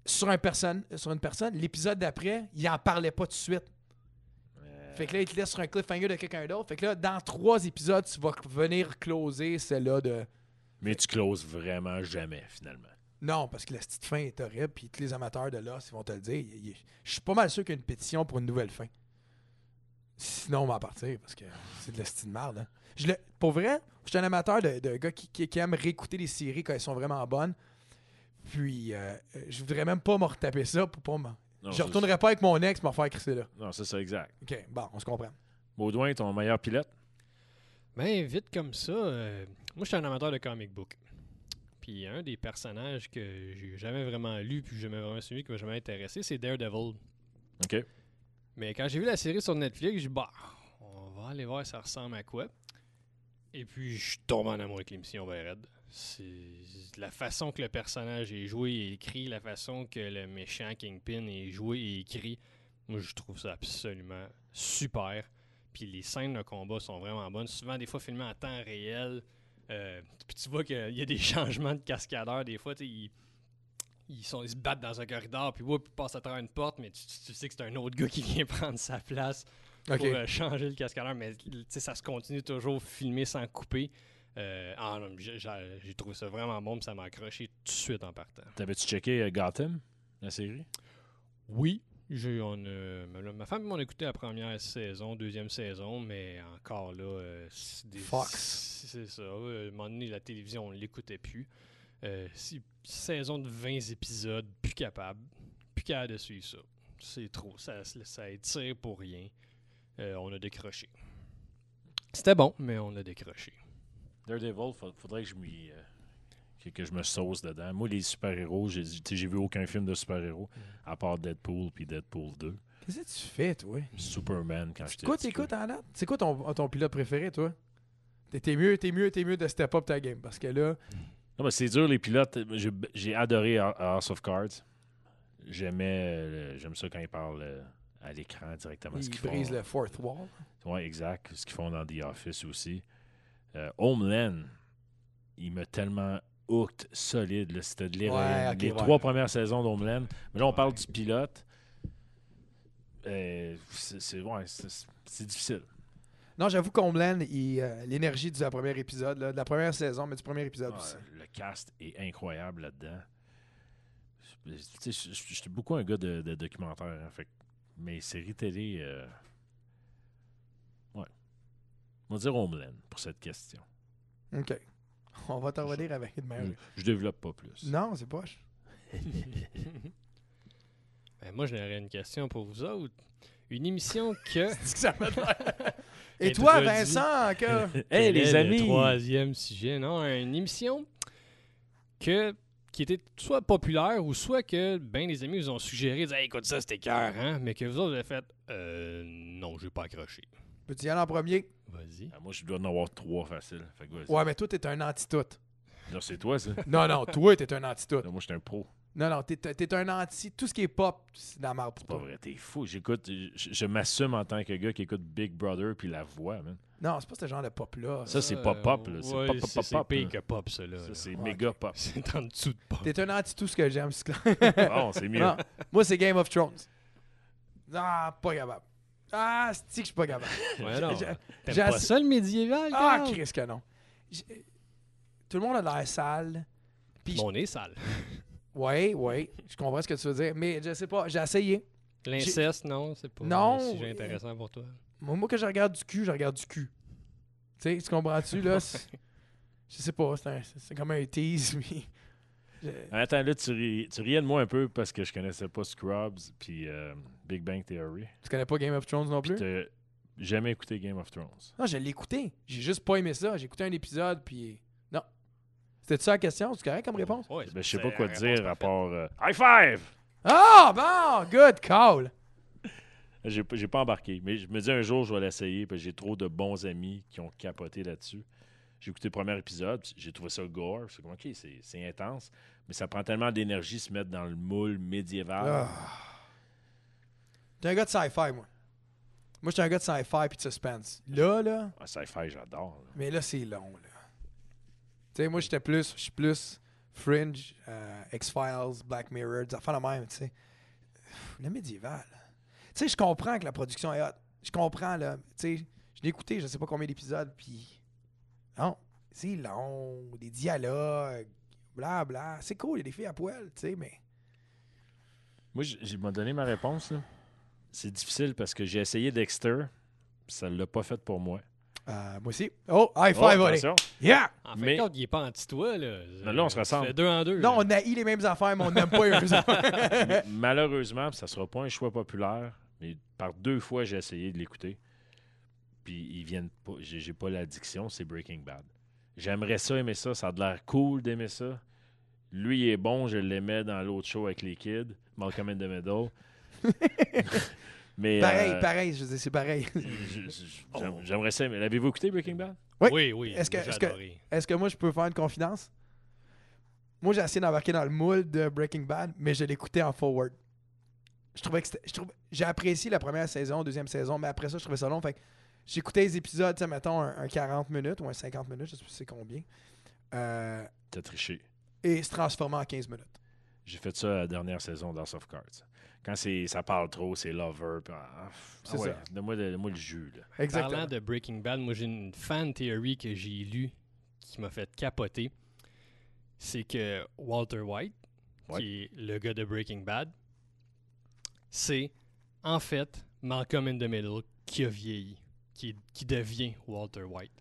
[SPEAKER 1] sur, un personne, sur une personne. L'épisode d'après, il en parlait pas tout de suite. Fait que là, il te laisse sur un cliffhanger de quelqu'un d'autre. Fait que là, dans trois épisodes, tu vas venir closer celle-là de.
[SPEAKER 3] Mais tu closes vraiment jamais, finalement.
[SPEAKER 1] Non, parce que la petite fin est horrible. Puis tous les amateurs de l'os, ils vont te le dire. Il- il- Je suis pas mal sûr qu'il y a une pétition pour une nouvelle fin. Sinon, on va en partir parce que c'est de la petite marde. hein. Je le- Pour vrai, je suis un amateur de, de gars qui, qui, qui aime réécouter les séries quand elles sont vraiment bonnes. Puis, euh, euh, je voudrais même pas me retaper ça pour pas m'en- je
[SPEAKER 3] Non, c'est-
[SPEAKER 1] retournerai pas avec mon ex pour me faire crisser là.
[SPEAKER 3] Non, c'est ça, exact.
[SPEAKER 1] OK, bon, on se comprend.
[SPEAKER 3] Baudouin, ton meilleur pilote.
[SPEAKER 2] Ben, vite comme ça, euh, moi, je suis un amateur de comic book. Puis un des personnages que j'ai jamais vraiment lu, puis jamais vraiment suivi, qui m'a jamais intéressé, c'est Daredevil.
[SPEAKER 3] OK.
[SPEAKER 2] Mais quand j'ai vu la série sur Netflix, j'ai dit, bah, on va aller voir ça ressemble à quoi. Et puis, je suis tombé en amour avec l'émission ben raide. C'est la façon que le personnage est joué et écrit, la façon que le méchant Kingpin est joué et écrit. Moi, je trouve ça absolument super. Puis les scènes de combat sont vraiment bonnes. Souvent, des fois, filmées en temps réel. Euh, puis tu vois qu'il y a des changements de cascadeurs. Des fois, tu sais, ils, ils sont, ils se battent dans un corridor, puis whoop, ils passent à travers une porte, mais tu, tu sais que c'est un autre gars qui vient prendre sa place
[SPEAKER 1] OK.
[SPEAKER 2] pour euh, changer le cascadeur, mais tu sais, ça se continue toujours filmé sans couper. Euh, ah non, mais j'ai- j'ai j'ai trouvé ça vraiment bon, puis ça m'a accroché tout de suite en partant.
[SPEAKER 3] T'avais-tu checké euh, Gotham, la série?
[SPEAKER 2] Oui, j'ai on, euh, ma, ma femme et moi, on a écouté la première saison, deuxième saison, mais encore là, euh, c'est des-
[SPEAKER 1] Fox.
[SPEAKER 2] c'est- C'est ça. euh, à un moment donné, la télévision, on l'écoutait plus. Euh, si- saison de 20 épisodes, plus capable. Plus capable de suivre ça. C'est trop. Ça, ça étire pour rien. Euh, on a décroché. C'était bon, mais on a décroché.
[SPEAKER 3] Daredevil, fa- faudrait que je m'y, euh, que, que je me sauce dedans. Moi, les super-héros, j'ai tu sais, j'ai vu aucun film de super-héros, à part Deadpool puis Deadpool 2.
[SPEAKER 1] Qu'est-ce que tu fais, toi?
[SPEAKER 3] Superman, quand j'étais
[SPEAKER 1] Quoi
[SPEAKER 3] petit,
[SPEAKER 1] t'écoutes en date? C'est quoi ton, ton pilote préféré, toi? T'es- T'es mieux, t'es mieux, t'es mieux de step up ta game. Parce que là, Hmm.
[SPEAKER 3] Non, mais c'est dur, les pilotes. J'ai- J'ai adoré Ho- House of Cards. J'aimais euh, j'aime ça quand ils parlent euh, à l'écran directement. ce
[SPEAKER 1] il
[SPEAKER 3] qu'ils
[SPEAKER 1] brise
[SPEAKER 3] font.
[SPEAKER 1] le fourth wall.
[SPEAKER 3] Oui, exact. Ce qu'ils font dans The Office aussi. Euh, Homeland, il m'a tellement hooked solide. là. C'était de l'héroïne.
[SPEAKER 1] Ouais, ok,
[SPEAKER 3] Les
[SPEAKER 1] ouais.
[SPEAKER 3] trois premières saisons d'Homeland. Mais là, on parle
[SPEAKER 2] Ouais.
[SPEAKER 3] du pilote. Euh, c'est c'est- ouais, c'est- c'est difficile.
[SPEAKER 1] Non, j'avoue qu'Homeland, il, euh, l'énergie du premier épisode, là, de la première saison, mais du premier épisode
[SPEAKER 3] Ouais,
[SPEAKER 1] aussi.
[SPEAKER 3] le cast est incroyable là-dedans. Je- tu sais, je- je- J'étais beaucoup un gars de, de documentaire. hein, fait que mes séries télé. euh, Ouais. On va dire Homeland pour cette question.
[SPEAKER 1] OK. On va t'en revenir avec une
[SPEAKER 3] Je,
[SPEAKER 1] meilleure.
[SPEAKER 3] je développe pas plus.
[SPEAKER 1] Non, c'est poche.
[SPEAKER 2] Ben, moi, j'aurais une question pour vous autres. Une émission que.
[SPEAKER 1] C'est ce que ça m'a l'air. Et
[SPEAKER 2] Et
[SPEAKER 1] toi,
[SPEAKER 2] toi,
[SPEAKER 1] Vincent, que...
[SPEAKER 3] Hey,
[SPEAKER 2] Quel est
[SPEAKER 3] les
[SPEAKER 2] le
[SPEAKER 3] amis!
[SPEAKER 2] troisième sujet, non, une émission que qui était soit populaire ou soit que ben les amis vous ont suggéré, disent, hey, écoute ça c'était cœur, hein, mais que vous autres vous avez fait, euh, non, j'ai pas accroché.
[SPEAKER 1] Peux-tu y aller en premier?
[SPEAKER 2] Vas-y.
[SPEAKER 3] Ah, moi, je dois en avoir trois faciles. Fait que vas-y.
[SPEAKER 1] Ouais, mais toi, t'es un anti-tout.
[SPEAKER 3] Non, c'est toi, ça.
[SPEAKER 1] Non, non, toi, t'es un anti-tout.
[SPEAKER 3] Non, moi, je suis un pro.
[SPEAKER 1] Non, non, t'es, t'es un anti... Tout ce qui est pop, c'est de la merde pour
[SPEAKER 3] Pas
[SPEAKER 1] toi.
[SPEAKER 3] vrai, t'es fou. J'écoute, je, je m'assume en tant que gars qui écoute Big Brother puis la voix, man.
[SPEAKER 1] Non, c'est pas ce genre de pop-là.
[SPEAKER 3] Ça, c'est pas pop, là. C'est
[SPEAKER 2] ouais,
[SPEAKER 3] pop, pop,
[SPEAKER 2] c'est-
[SPEAKER 3] pop,
[SPEAKER 2] c'est
[SPEAKER 3] pop,
[SPEAKER 2] pire
[SPEAKER 3] là.
[SPEAKER 2] que pop, ça, là.
[SPEAKER 3] Ça,
[SPEAKER 2] là.
[SPEAKER 1] Ouais,
[SPEAKER 3] c'est méga pop.
[SPEAKER 2] C'est en dessous de pop.
[SPEAKER 1] T'es un anti-tout ce que j'aime, c'est clair.
[SPEAKER 3] Bon, c'est mieux.
[SPEAKER 1] Non, moi, c'est Game of Thrones. Ah, pas capable. Ah, c'est que je suis pas capable.
[SPEAKER 2] Ouais, non,
[SPEAKER 1] j'ai-
[SPEAKER 2] t'aimes
[SPEAKER 1] j'ai
[SPEAKER 2] pas
[SPEAKER 1] assi-
[SPEAKER 2] ça, le médiéval,
[SPEAKER 1] Ah,
[SPEAKER 2] Carl?
[SPEAKER 1] Chris, que non. J'ai- Tout le monde a l'air sale. Puis,
[SPEAKER 2] Mon nez sale.
[SPEAKER 1] ouais, ouais, je comprends ce que tu veux dire. Mais je sais pas, j'ai essayé.
[SPEAKER 2] L'inceste, non, c'est pas
[SPEAKER 1] Non,
[SPEAKER 2] un sujet
[SPEAKER 1] euh,
[SPEAKER 2] intéressant pour toi.
[SPEAKER 3] Eh
[SPEAKER 1] Moi, moi, quand je regarde du cul, je regarde du cul. Tu sais, tu comprends-tu, là? c'est- Je sais pas, c'est un- c'est comme un tease, mais. je-
[SPEAKER 3] Attends, là, tu, ris- tu riais de moi un peu parce que je connaissais pas Scrubs puis euh, Big Bang Theory.
[SPEAKER 1] Tu connais pas Game of Thrones non plus?
[SPEAKER 3] T'as jamais écouté Game of Thrones.
[SPEAKER 1] Non, je l'ai écouté. J'ai juste pas aimé ça. J'ai écouté un épisode, puis. Non. C'était ça la question? C'est correct comme réponse?
[SPEAKER 2] Ouais,
[SPEAKER 3] Ben, je
[SPEAKER 2] c'est
[SPEAKER 3] sais pas
[SPEAKER 2] la
[SPEAKER 3] quoi te
[SPEAKER 2] réponse
[SPEAKER 3] dire à
[SPEAKER 2] parfaite.
[SPEAKER 3] part euh, High Five!
[SPEAKER 1] Ah, bon! Good call!
[SPEAKER 3] J'ai pas- j'ai pas embarqué, mais je me dis un jour, je vais l'essayer, parce que j'ai trop de bons amis qui ont capoté là-dessus. J'ai écouté le premier épisode, puis j'ai trouvé ça gore. C'est comme, OK, c'est c'est intense, mais ça prend tellement d'énergie se mettre dans le moule médiéval.
[SPEAKER 1] Ah. T'es un gars de sci-fi, moi. Moi, j'étais un gars de sci-fi puis de suspense. Là, là,
[SPEAKER 3] Ah, sci-fi, j'adore. là.
[SPEAKER 1] mais là, c'est long, là. Tu sais, moi, j'étais plus, je suis plus Fringe, euh, X-Files, Black Mirror, des affaires la même, tu sais. Le médiéval. Tu sais, je comprends que la production est hot. Je comprends, là. Tu sais, je l'ai écouté, je sais pas combien d'épisodes, puis... Non, c'est long, des dialogues, bla bla. C'est cool, il y a des filles à poil, tu sais, mais...
[SPEAKER 3] Moi, j- je m'a donné ma réponse. là. C'est difficile parce que j'ai essayé Dexter, puis ça l'a pas fait pour moi.
[SPEAKER 1] Euh, moi aussi. Oh, high five,
[SPEAKER 3] Oh,
[SPEAKER 1] allez.
[SPEAKER 3] attention.
[SPEAKER 1] Yeah!
[SPEAKER 2] En fin
[SPEAKER 3] Mais-
[SPEAKER 2] de compte, il est pas anti-toi, là.
[SPEAKER 3] Non, là, on se
[SPEAKER 2] Tu
[SPEAKER 3] ressemble.
[SPEAKER 2] fais deux en deux.
[SPEAKER 1] Non,
[SPEAKER 2] là.
[SPEAKER 1] on haït les mêmes affaires, mais on n'aime pas eux.
[SPEAKER 3] Mais malheureusement, ça sera pas un choix populaire, mais par deux fois, j'ai essayé de l'écouter. Puis ils viennent pas, j'ai j'ai pas l'addiction, c'est Breaking Bad. J'aimerais ça, aimer ça, ça a de l'air cool d'aimer ça. Lui, il est bon, je l'aimais dans l'autre show avec les kids, Malcolm in the Middle. mais
[SPEAKER 1] pareil,
[SPEAKER 3] euh,
[SPEAKER 1] pareil, je veux dire, c'est pareil.
[SPEAKER 3] je- je- je- j'aim- j'aimerais ça, mais l'avez-vous écouté Breaking Bad?
[SPEAKER 1] Oui.
[SPEAKER 2] Oui, oui.
[SPEAKER 1] Est-ce que-
[SPEAKER 2] moi, j'ai
[SPEAKER 1] est-ce que-
[SPEAKER 2] adoré.
[SPEAKER 1] Est-ce que moi, je peux faire une confidence? Moi, j'ai essayé d'embarquer dans le moule de Breaking Bad, mais je l'écoutais en forward. Je trouvais que c'était- je trouve J'ai apprécié la première saison, deuxième saison, mais après ça, je trouvais ça long. Fait que j'écoutais les épisodes, tu sais, mettons, un, un 40 minutes ou un 50 minutes, je sais plus c'est combien. Euh,
[SPEAKER 3] T'as triché.
[SPEAKER 1] et se transformait en 15 minutes.
[SPEAKER 3] J'ai fait ça la dernière saison d'House of Cards. Quand c'est, ça parle trop, c'est lover. puis ah, pff, ah
[SPEAKER 1] C'est
[SPEAKER 3] ouais,
[SPEAKER 1] ça.
[SPEAKER 3] Donne-moi le, donne-moi le jus. Là.
[SPEAKER 1] Exactement.
[SPEAKER 2] Parlant de Breaking Bad, moi j'ai une fan theory que j'ai lue qui m'a fait capoter. C'est que Walter White,
[SPEAKER 3] Ouais.
[SPEAKER 2] qui est le gars de Breaking Bad, c'est en fait Malcolm in the Middle qui a vieilli, qui, qui devient Walter White.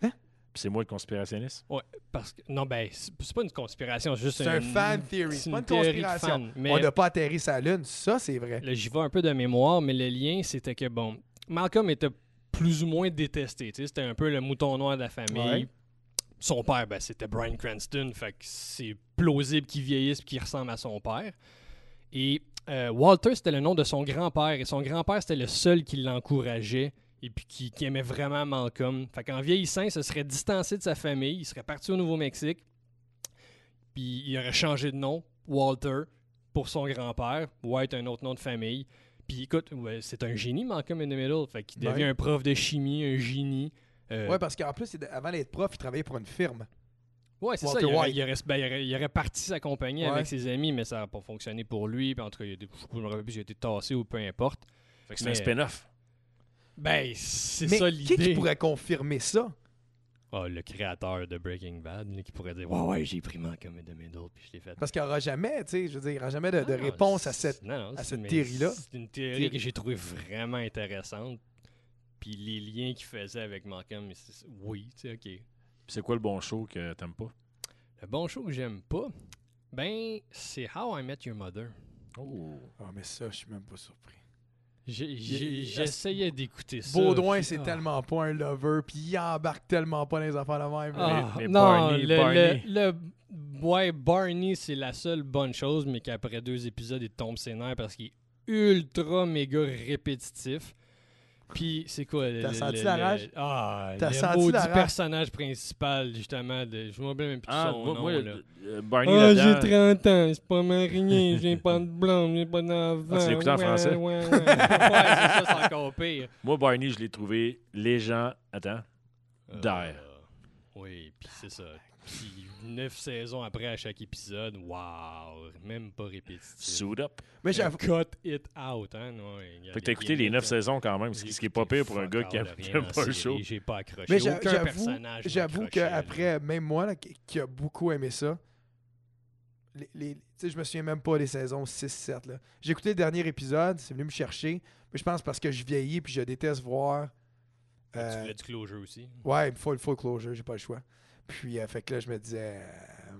[SPEAKER 3] Puis c'est moi le conspirationniste?
[SPEAKER 2] Parce que, non, ben, c'est c'est pas une conspiration, c'est juste
[SPEAKER 1] C'est un
[SPEAKER 2] une-
[SPEAKER 1] fan theory, c'est
[SPEAKER 2] c'est
[SPEAKER 1] pas une
[SPEAKER 2] théorie de
[SPEAKER 1] conspiration.
[SPEAKER 2] fan, mais
[SPEAKER 1] On n'a pas atterri sa lune, ça c'est vrai.
[SPEAKER 2] Là, j'y vais un peu de mémoire, mais le lien, c'était que, bon, Malcolm était plus ou moins détesté. tu sais, C'était un peu le mouton noir de la famille.
[SPEAKER 1] Ouais.
[SPEAKER 2] Son père, ben, c'était Brian Cranston. Fait que c'est plausible qu'il vieillisse et qu'il ressemble à son père. Et euh, Walter, c'était le nom de son grand-père. Et son grand-père, c'était le seul qui l'encourageait et puis qui, qui aimait vraiment Malcolm. Fait qu'en vieillissant, il se serait distancé de sa famille. Il serait parti au Nouveau-Mexique. Puis il aurait changé de nom, Walter, pour son grand-père. White, un autre nom de famille. Puis écoute, ouais, c'est un génie, Malcolm in the Middle. Fait qu'il
[SPEAKER 1] Ouais.
[SPEAKER 2] devient un prof de chimie, un génie. Euh,
[SPEAKER 1] Ouais, parce qu'en plus, il- avant d'être prof, il travaillait pour une firme.
[SPEAKER 2] Ouais, c'est ça.
[SPEAKER 1] Walter
[SPEAKER 2] Il aurait,
[SPEAKER 1] White.
[SPEAKER 2] il, aurait, ben, il aurait- il aurait parti sa compagnie
[SPEAKER 1] Ouais.
[SPEAKER 2] avec ses amis, mais ça n'a pas fonctionné pour lui. Puis en tout cas, il a été- je me rappelle plus, il a été tassé ou peu importe.
[SPEAKER 3] Fait que c'est
[SPEAKER 2] Mais-
[SPEAKER 3] un spin-off.
[SPEAKER 2] Ben, c'est
[SPEAKER 1] Mais
[SPEAKER 2] ça
[SPEAKER 1] qui
[SPEAKER 2] l'idée.
[SPEAKER 1] qui pourrait confirmer ça?
[SPEAKER 2] Ah, le créateur de Breaking Bad, là, qui pourrait dire Ouais, ouais, j'ai pris Malcolm in the Middle, puis je l'ai fait.
[SPEAKER 1] Parce qu'il n'y aura jamais, tu sais, je veux dire, il n'y aura jamais de, Euh, de
[SPEAKER 2] Ah, non,
[SPEAKER 1] réponse à
[SPEAKER 2] c'est-
[SPEAKER 1] cette.
[SPEAKER 2] non, non,
[SPEAKER 1] à
[SPEAKER 2] c'est-
[SPEAKER 1] cette
[SPEAKER 2] mais
[SPEAKER 1] théorie-là.
[SPEAKER 2] C'est une théorie,
[SPEAKER 1] Théorie.
[SPEAKER 2] que j'ai trouvée vraiment intéressante. Puis les liens qu'il faisait avec Malcolm, c'est- oui, tu sais, ok.
[SPEAKER 3] Puis c'est quoi le bon show que t'aimes pas?
[SPEAKER 2] Le bon show que j'aime pas, ben, c'est How I Met Your Mother.
[SPEAKER 3] Oh.
[SPEAKER 1] Ah, mais ça, je suis même pas surpris.
[SPEAKER 2] J'ai-
[SPEAKER 1] Il-
[SPEAKER 2] j'ai-
[SPEAKER 1] il-
[SPEAKER 2] J'essayais d'écouter ça.
[SPEAKER 1] Baudouin,
[SPEAKER 2] puis-
[SPEAKER 1] c'est
[SPEAKER 2] ah.
[SPEAKER 1] tellement pas un lover, puis il embarque tellement pas dans les affaires de même.
[SPEAKER 2] Ah,
[SPEAKER 3] mais
[SPEAKER 2] non,
[SPEAKER 3] Barney,
[SPEAKER 2] le,
[SPEAKER 3] Barney.
[SPEAKER 2] le- le- ouais, Barney, c'est la seule bonne chose, mais qu'après deux épisodes, il tombe ses nerfs parce qu'il est ultra méga répétitif. Puis, c'est quoi? le-
[SPEAKER 1] T'as
[SPEAKER 2] le-
[SPEAKER 1] senti
[SPEAKER 2] le-
[SPEAKER 1] la
[SPEAKER 2] le-
[SPEAKER 1] rage?
[SPEAKER 2] Ah,
[SPEAKER 1] T'as
[SPEAKER 2] le
[SPEAKER 1] senti
[SPEAKER 2] maudit
[SPEAKER 1] la rage?
[SPEAKER 2] personnage principal, justement. De, je me rappelle même plus de
[SPEAKER 3] Ah,
[SPEAKER 2] son
[SPEAKER 3] moi,
[SPEAKER 2] nom.
[SPEAKER 3] moi,
[SPEAKER 2] là.
[SPEAKER 3] le- le Barney
[SPEAKER 2] Ah,
[SPEAKER 3] là-dedans,
[SPEAKER 2] j'ai 30 ans, c'est pas marié, j'ai pas de blonde, j'ai pas d'enfant.
[SPEAKER 3] Ah, tu l'écoutais en
[SPEAKER 2] ouais,
[SPEAKER 3] français?
[SPEAKER 2] Ouais, ouais. ouais, c'est ça, c'est encore pire.
[SPEAKER 3] moi, Barney, je l'ai trouvé les gens. Attends. D'air.
[SPEAKER 2] Euh, oui, puis c'est ça. Puis neuf saisons après à chaque épisode, waouh, même pas répétitif.
[SPEAKER 3] Suit up.
[SPEAKER 1] mais
[SPEAKER 2] Euh,
[SPEAKER 1] j'avoue.
[SPEAKER 2] Cut it out, hein? Ouais, y a
[SPEAKER 3] Fait que
[SPEAKER 2] des-
[SPEAKER 3] t'as écouté
[SPEAKER 2] y a
[SPEAKER 3] les
[SPEAKER 2] des-
[SPEAKER 3] 9 saisons quand même, ce qui, ce qui est pas pire pour un
[SPEAKER 2] Fuck
[SPEAKER 3] gars qui
[SPEAKER 2] all,
[SPEAKER 3] aime
[SPEAKER 2] rien
[SPEAKER 3] qui aime
[SPEAKER 2] en
[SPEAKER 3] pas le
[SPEAKER 2] série,
[SPEAKER 3] show.
[SPEAKER 2] J'ai pas accroché.
[SPEAKER 1] Mais j'a-
[SPEAKER 2] aucun
[SPEAKER 1] j'avoue,
[SPEAKER 2] personnage m'a
[SPEAKER 1] j'avoue
[SPEAKER 2] accroché, là.
[SPEAKER 1] qu'après, même moi, là, qui, qui a beaucoup aimé ça, les, les- tu sais, je me souviens même pas des saisons 6-7. là. J'ai écouté le dernier épisode, c'est venu me chercher, mais je pense parce que je vieillis puis je déteste voir.
[SPEAKER 2] Tu
[SPEAKER 1] euh,
[SPEAKER 2] voulais du closure aussi.
[SPEAKER 1] Ouais, il me faut le full closure, j'ai pas le choix. Puis, euh, fait que là, je me disais. euh,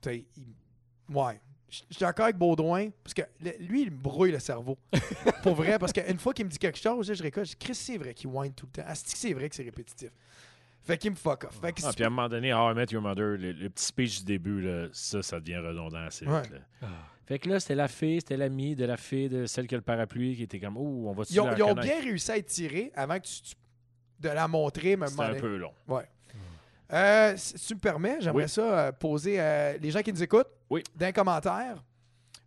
[SPEAKER 1] tu sais, il- ouais. Je je suis d'accord avec Baudouin, parce que le- lui, il me brouille le cerveau. Pour vrai, parce qu'une fois qu'il me dit quelque chose, là, je récolte, je dis, Chris, c'est vrai qu'il whine tout le temps. Asti, c'est vrai que c'est répétitif. Fait qu'il me fuck off. Fait que
[SPEAKER 3] Ah,
[SPEAKER 1] c'est-
[SPEAKER 3] puis à un moment donné, How I Met Your Mother, le, le petit speech du début, là, ça, ça devient redondant assez vite.
[SPEAKER 1] Ouais.
[SPEAKER 3] là.
[SPEAKER 2] Ah,
[SPEAKER 3] Fait que là, c'était la fille, c'était l'amie de la fille, de celle qui a le parapluie, qui était comme, oh, on va se
[SPEAKER 1] ils ont, ils ont bien réussi à étirer avant que tu, tu- de la montrer, mais à un
[SPEAKER 3] C'était
[SPEAKER 1] moment donné-
[SPEAKER 3] un peu long.
[SPEAKER 1] Euh, si tu me permets, j'aimerais
[SPEAKER 3] Oui.
[SPEAKER 1] ça euh, poser euh, les gens qui nous écoutent
[SPEAKER 3] Oui.
[SPEAKER 1] d'un commentaire.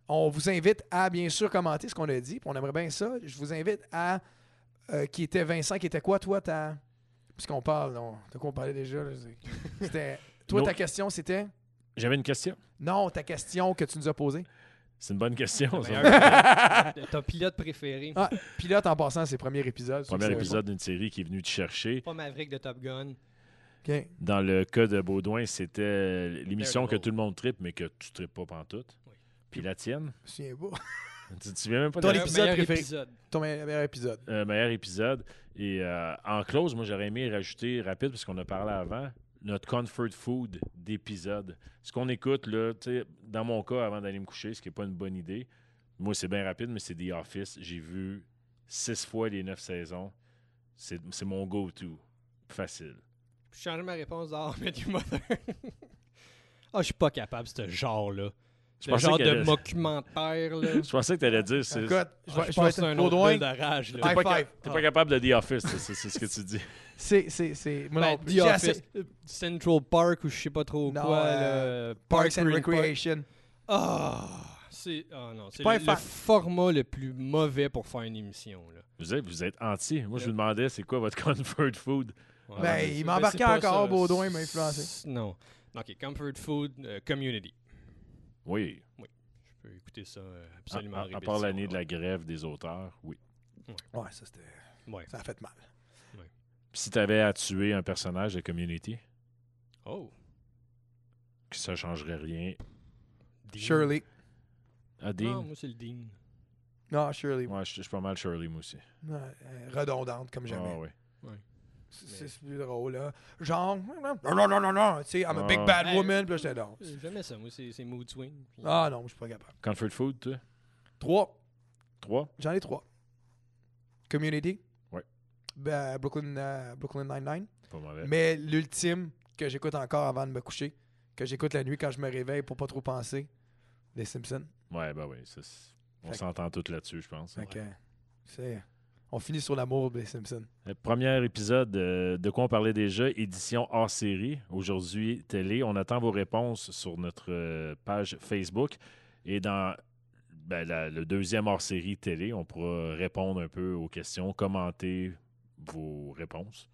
[SPEAKER 1] On vous invite à bien sûr commenter ce qu'on a dit, puis on aimerait bien ça. Je vous invite à euh, qui était Vincent, qui était quoi toi ta puisqu'on parle, on... de quoi on parlait déjà là, c'est- C'était toi
[SPEAKER 3] Non.
[SPEAKER 1] ta question c'était
[SPEAKER 3] J'avais une question.
[SPEAKER 1] non ta question que tu nous as posée.
[SPEAKER 3] C'est une bonne question. ça.
[SPEAKER 2] De Ton pilote préféré.
[SPEAKER 1] Ah, pilote en passant c'est premier épisode.
[SPEAKER 3] Premier
[SPEAKER 1] c'est-
[SPEAKER 3] épisode d'une série qui est venue te chercher.
[SPEAKER 2] Pas Maverick de Top Gun.
[SPEAKER 1] Ok.
[SPEAKER 3] Dans le cas de Baudouin, c'était l'émission que
[SPEAKER 2] Daredevil.
[SPEAKER 3] tout le monde tripe, mais que tu tripes pas pantoute.
[SPEAKER 2] Oui.
[SPEAKER 3] Puis la tienne,
[SPEAKER 1] Je me souviens pas.
[SPEAKER 3] tu te souviens même pas de
[SPEAKER 1] Ton
[SPEAKER 3] la-
[SPEAKER 1] épisode
[SPEAKER 2] meilleur
[SPEAKER 1] préféré.
[SPEAKER 2] épisode.
[SPEAKER 1] Ton meilleur épisode.
[SPEAKER 3] euh, meilleur épisode. Et euh, en close, moi, j'aurais aimé rajouter rapide, parce qu'on a parlé avant, notre comfort food d'épisode. Ce qu'on écoute, là, tu sais, dans mon cas, avant d'aller me coucher, ce qui n'est pas une bonne idée, moi, c'est bien rapide, mais c'est The Office. J'ai vu six fois les neuf saisons. C'est c'est mon go-to. Facile.
[SPEAKER 2] Je change ma réponse d'Hard Met Your Mother. Ah, je suis pas capable, ce genre-là.
[SPEAKER 3] Je
[SPEAKER 2] Le
[SPEAKER 3] pensais
[SPEAKER 2] genre
[SPEAKER 3] que
[SPEAKER 2] de mockumentaire, là.
[SPEAKER 3] je pensais que tu allais dire, c'est-
[SPEAKER 1] Écoute, je
[SPEAKER 2] Ah,
[SPEAKER 1] vais-
[SPEAKER 2] Je
[SPEAKER 1] je vais
[SPEAKER 2] pense que c'est
[SPEAKER 1] être
[SPEAKER 2] un
[SPEAKER 1] au
[SPEAKER 2] autre
[SPEAKER 1] doigt.
[SPEAKER 2] bulle de rage, là.
[SPEAKER 1] High
[SPEAKER 3] pas
[SPEAKER 1] five.
[SPEAKER 3] t'es pas capable de The Office, c'est c'est ce que tu dis.
[SPEAKER 1] Ah. C'est, c'est, c'est. Moi
[SPEAKER 2] Ben,
[SPEAKER 1] non plus.
[SPEAKER 2] The
[SPEAKER 1] J'ai
[SPEAKER 2] Office,
[SPEAKER 1] assez-
[SPEAKER 2] euh, Central Park ou je sais pas trop
[SPEAKER 1] Non,
[SPEAKER 2] quoi.
[SPEAKER 1] euh,
[SPEAKER 2] là,
[SPEAKER 1] Parks and
[SPEAKER 2] Green Park.
[SPEAKER 1] Recreation.
[SPEAKER 2] Ah, c'est ah non, c'est
[SPEAKER 1] pas
[SPEAKER 2] le,
[SPEAKER 1] un
[SPEAKER 2] le
[SPEAKER 1] fan.
[SPEAKER 2] format le plus mauvais pour faire une émission. Là.
[SPEAKER 3] Vous êtes, vous êtes anti. Moi, je vous demandais, c'est quoi votre comfort food?
[SPEAKER 2] Ouais,
[SPEAKER 1] Ben,
[SPEAKER 2] c'est-
[SPEAKER 1] il m'embarquait
[SPEAKER 2] c'est pas
[SPEAKER 1] encore,
[SPEAKER 2] ça.
[SPEAKER 1] Baudouin m'a influencé.
[SPEAKER 2] C'est- Non. OK, Comfort Food, euh, Community.
[SPEAKER 3] Oui.
[SPEAKER 2] Je peux écouter ça euh,
[SPEAKER 3] À,
[SPEAKER 2] absolument
[SPEAKER 3] à- à part l'année de la grève des auteurs, oui.
[SPEAKER 1] Ouais, ça, c'était...
[SPEAKER 2] la... Ouais.
[SPEAKER 1] ça a fait mal.
[SPEAKER 3] Si tu avais à tuer un personnage de Community,
[SPEAKER 2] Oh.
[SPEAKER 3] que ça changerait rien.
[SPEAKER 2] Dean.
[SPEAKER 1] Shirley.
[SPEAKER 3] Ah, Dean?
[SPEAKER 2] Non, moi, c'est le Dean.
[SPEAKER 1] Non, Shirley.
[SPEAKER 3] Ouais, je je suis pas mal Shirley, moi aussi.
[SPEAKER 1] Ouais, euh, redondante comme jamais.
[SPEAKER 3] Ah, ouais.
[SPEAKER 1] C'est- C'est c'est plus drôle, là. Genre, non, non, non, non, non. Tu sais, I'm a
[SPEAKER 3] Ah,
[SPEAKER 1] big
[SPEAKER 3] ouais.
[SPEAKER 1] bad
[SPEAKER 2] Hey,
[SPEAKER 1] woman. Puis là, j'étais là.
[SPEAKER 2] Euh, J'aimais ça, moi, c'est c'est Mood Swing. puis-
[SPEAKER 1] Ah non, je suis pas capable.
[SPEAKER 3] Comfort food, toi?
[SPEAKER 1] Trois.
[SPEAKER 3] Trois?
[SPEAKER 1] J'en ai trois. Community.
[SPEAKER 3] Ouais.
[SPEAKER 1] Ben, Brooklyn, euh, Brooklyn Nine-Nine.
[SPEAKER 3] Pas mauvais.
[SPEAKER 1] Mais l'ultime que j'écoute encore avant de me coucher, que j'écoute la nuit quand je me réveille pour pas trop penser, les Simpsons.
[SPEAKER 3] Ouais, bah oui. ça, c'est-
[SPEAKER 1] Fait
[SPEAKER 3] on
[SPEAKER 1] que-
[SPEAKER 3] s'entend tous là-dessus, je pense.
[SPEAKER 1] Fait que, c'est- on finit sur l'amour des Simpsons.
[SPEAKER 3] Euh, Premier épisode, euh, de quoi on parlait déjà, édition hors série. Aujourd'hui, télé. On attend vos réponses sur notre euh, page Facebook. Et dans ben, la- le deuxième hors série télé, on pourra répondre un peu aux questions, commenter vos réponses.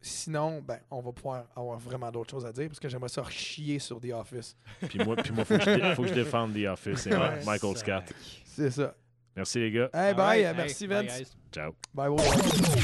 [SPEAKER 1] Sinon, ben, on va pouvoir avoir vraiment d'autres choses à dire parce que j'aimerais ça chier sur The Office.
[SPEAKER 3] Puis moi, puis moi faut, que je dé- faut que je défende The Office et Ma- Michael Scott.
[SPEAKER 1] C'est ça.
[SPEAKER 3] Merci les gars.
[SPEAKER 1] Hey,
[SPEAKER 2] All right,
[SPEAKER 1] bye.
[SPEAKER 2] Ah
[SPEAKER 1] euh,
[SPEAKER 2] hey,
[SPEAKER 1] merci,
[SPEAKER 2] bye,
[SPEAKER 1] Vince.
[SPEAKER 2] guys.
[SPEAKER 3] Ciao.
[SPEAKER 1] Bye, bye.